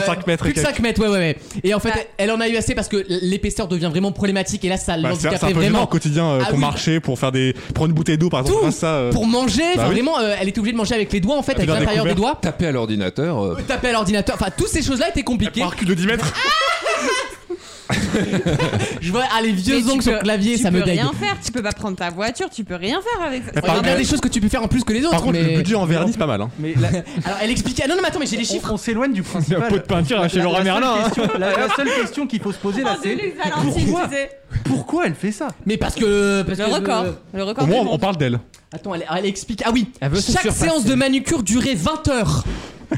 5 mètres Plus et que quelques. 5 mètres, ouais, ouais, ouais. Et en fait, Bah. elle en a eu assez parce que l'épaisseur devient vraiment problématique et là, ça Bah, c'est c'est un l'handicapait peu gênant au vraiment. quotidien euh, Ah pour oui. marcher, pour faire des. prendre une bouteille d'eau par exemple. Tout. grâce à ça, euh, Pour manger, enfin, oui. vraiment, euh, elle était obligée de manger avec les doigts en fait, avec bien l'intérieur des doigts. Taper à l'ordinateur. euh, Taper à l'ordinateur, enfin, toutes ces choses-là étaient compliquées. Pour un cul de 10 mètres. Ah, Je vois, ah, les Mais vieux tu ongles sur peux- le clavier, ça me Tu peux dégue. rien faire, tu peux pas prendre ta voiture, tu peux rien faire avec ça. Mais Il y a par- bien des choses que tu peux faire en plus que les autres, Par contre, mais. le budget en vernis, c'est pas mal. hein. Mais la- Alors, elle expliquait. Ah, non, non, mais attends, mais j'ai les on- chiffres. on s'éloigne du principal. Un pot de peinture chez La- la Laura seule Merlin. hein. question- La, la seule question qu'il faut se poser là, Oh, c'est Deluxe, Valentine, pourquoi tu sais. pourquoi elle fait ça Mais parce que. Parce Le que- record. Le Au record moins, du on- on monde. parle d'elle. Attends, elle, elle explique. Ah oui, Elle veut se chaque surpasser. séance de manucure durait 20 heures.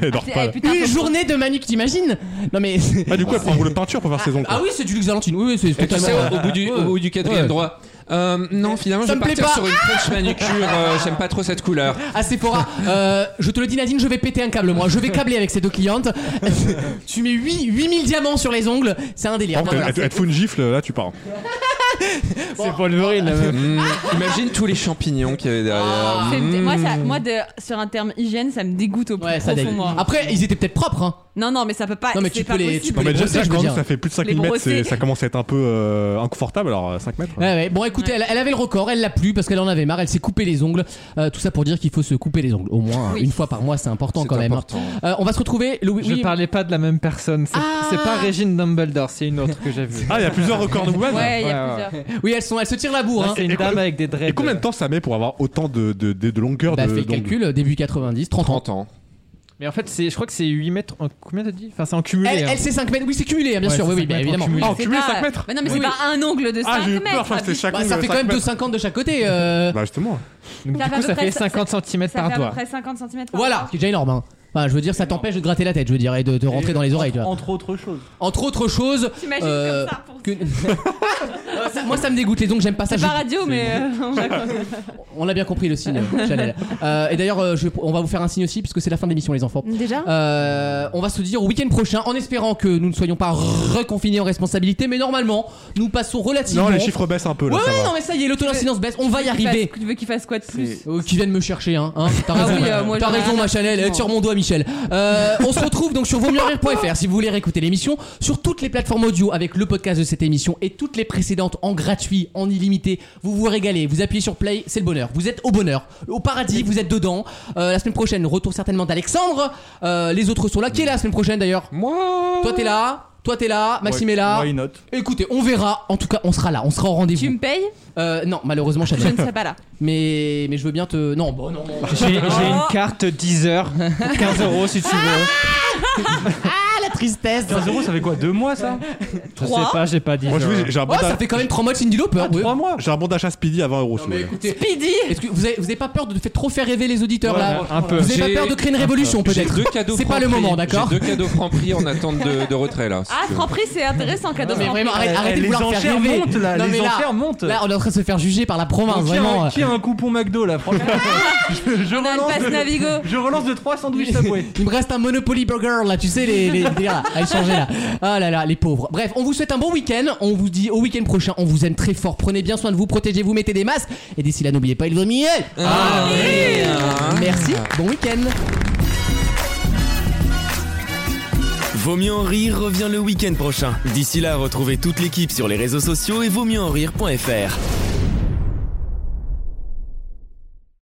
Elle dort C'est- pas. eh, putain, Une faut- journée de manucure, t'imagines Non, mais. Ah, du coup, elle prend un rouleau de peinture pour faire ses ongles. Ah oui, c'est du luxe Valentine. Oui, oui, c'est Et tu totalement. sais, au, au bout du, au bout du quatrième Ouais. droit, Euh, non, finalement, Ça je vais me plaît partir pas. sur une French manucure. euh, J'aime pas trop cette couleur. à Sephora. Euh, je te le dis, Nadine, je vais péter un câble, moi. Je vais câbler avec ces deux clientes. tu mets 8, 8000 diamants sur les ongles, c'est un délire. Par contre, Voilà. elle, elle te fout une gifle, là tu pars. C'est Wolverine la meuf. Mm, imagine tous les champignons qu'il y avait derrière. C'est- Mm. Moi, ça- moi de- sur un terme hygiène, ça me dégoûte au plus Ouais, ça profond. dégoûte. moi. Après, ils étaient peut-être propres, hein. Non, non, mais ça peut pas. Non, mais c'est tu pas peux les- possible. tu peux Non, mais les déjà, brosser, déjà, je veux quand dire. ça fait plus de Les 5000 mètres, c'est- brosser. ça commence à être un peu euh, inconfortable, alors euh, 5 mètres. Ouais, ouais. Bon, écoutez, elle, elle avait le record, elle l'a plu parce qu'elle en avait marre, elle s'est coupé les ongles. Euh, tout ça pour dire qu'il faut se couper les ongles. Au moins, Oui. une fois par mois, c'est important C'est quand même. important. Euh, on va se retrouver, Louis. Je oui. parlais pas de la même personne. C'est Ah. c'est pas Régine Dumbledore, c'est une autre que j'ai vue. Ah, il y a plusieurs records de women. Ouais, il y a plusieurs. Oui, elles, sont, elles se tirent la bourre. Là, hein. Bah, c'est une dame avec des dreads. Et combien de temps ça met pour avoir autant de, de, de, de longueur Bah, de fais le d'ongles calcul, début 90, 30 ans. 30 ans. Mais en fait, c'est- je crois que c'est 8 mètres. En... Combien t'as dit Enfin, c'est en cumulé. Elle, hein. elle c'est 5 mètres, oui, c'est cumulé, hein, bien Ouais, sûr, c'est oui, oui, cinq bah, mètres en évidemment. cumulé. Ah, en cumulé, pas- 5 mètres Mais non, mais Oui. c'est pas un ongle de 5 Ah, j'ai eu mètres. peur, je crois que c'était abuse- chaque Bah, ça ongle fait quand même 5 mètres. 2,50 de chaque côté. euh, Bah, justement. Donc, Ça du fait à coup, peu ça près- fait ça- 50 cm Ça par fait à peu doigt. près 50 cm. Voilà, ce qui est déjà énorme. hein. Enfin, je veux dire, ça t'empêche de te gratter la tête, je veux dire, et de te rentrer dans les oreilles, tu vois. Entre autres choses. Entre autres choses. T'imagines euh, comme ça pour que- Euh, ça- Moi, ça me dégoûte, les ongles, j'aime pas ça. C'est je- pas radio, mais euh, on va- On l'a bien compris le signe, Chanel. Euh, et d'ailleurs, euh, je- on va vous faire un signe aussi, parce que c'est la fin de l'émission, les enfants. Déjà Euh, on va se dire au week-end prochain, en espérant que nous ne soyons pas reconfinés en responsabilité, mais normalement, nous passons relativement. Non, les chiffres baissent un peu Ouais, là. ça ouais, va. non, mais ça y est, le taux d'incidence baisse, on va y arriver. Tu veux qu'il fasse quoi de plus Euh, qui viennent me chercher, hein. hein. T'as Ah raison, oui, euh, moi, t'as j'en ai raison, rien à ma Chanel. foutre, Elle moi. tire mon doigt, Michel. Euh, on se retrouve donc sur vosmieuxrire.fr si vous voulez réécouter l'émission, sur toutes les plateformes audio avec le podcast de cette émission et toutes les précédentes en gratuit, en illimité. Vous vous régalez, vous appuyez sur play, c'est le bonheur. Vous êtes au bonheur, au paradis, vous êtes dedans. Euh, la semaine prochaine, retour certainement d'Alexandre. Euh, les autres sont là. Qui est là la semaine prochaine d'ailleurs Moi Toi t'es là, toi t'es là, Maxime est Ah, là. Why not Écoutez, on verra. En tout cas, on sera là, on sera au rendez-vous. Tu me payes Euh, non, malheureusement, Je ne Chanel. serai pas là. Mais, mais je veux bien te. Non, bon, non. J'ai j'ai une carte 10 heures, 15 euros si tu veux. la tristesse 15 euros, ça fait quoi 2 mois ça Je sais Trois. pas, j'ai pas dit. Moi, je vous- j'ai un bon Ouais, Oh, ça d'achat- fait quand même 3 mois de Cindy Lauper. ouais. 3 mois j'ai un bon d'achat speedy à 20 euros. si Non, vous mais voulez. écoutez, Pidi est-ce que vous avez, vous avez pas peur de faire trop faire rêver les auditeurs là un peu. Vous avez pas J'ai- peur de créer une Ah, révolution J'ai peut-être deux cadeaux C'est pas le Franprix. moment, d'accord J'ai deux cadeaux Franprix en attente de, de retrait là. si Ah, tu veux. Franprix, c'est intéressant, cadeau. Non mais Franprix. vraiment, arrête- Eh, arrêtez de les vouloir faire enchères rêver. montent, là, Non, les mais là, enchères montent. Là, on est en train de se faire juger par la province, qui, vraiment. euh. a, qui a un coupon McDo là, franchement je, je On a le relance passe de, Navigo. je relance de 3 sandwichs Subway. Il me reste un Monopoly Burger là, tu sais, les, les, les- là, à échanger là. Ah là là, les pauvres. Bref, on vous souhaite un bon week-end. On vous dit au week-end prochain. On vous aime très fort. Prenez bien soin de vous, protégez-vous, mettez des masques. Et d'ici là, n'oubliez pas, il vaut mieux. Ah. Ah, Merci, bon week-end. Vaut mieux en rire revient le week-end prochain. D'ici là, retrouvez toute l'équipe sur les réseaux sociaux et vaut mieux en rire.fr.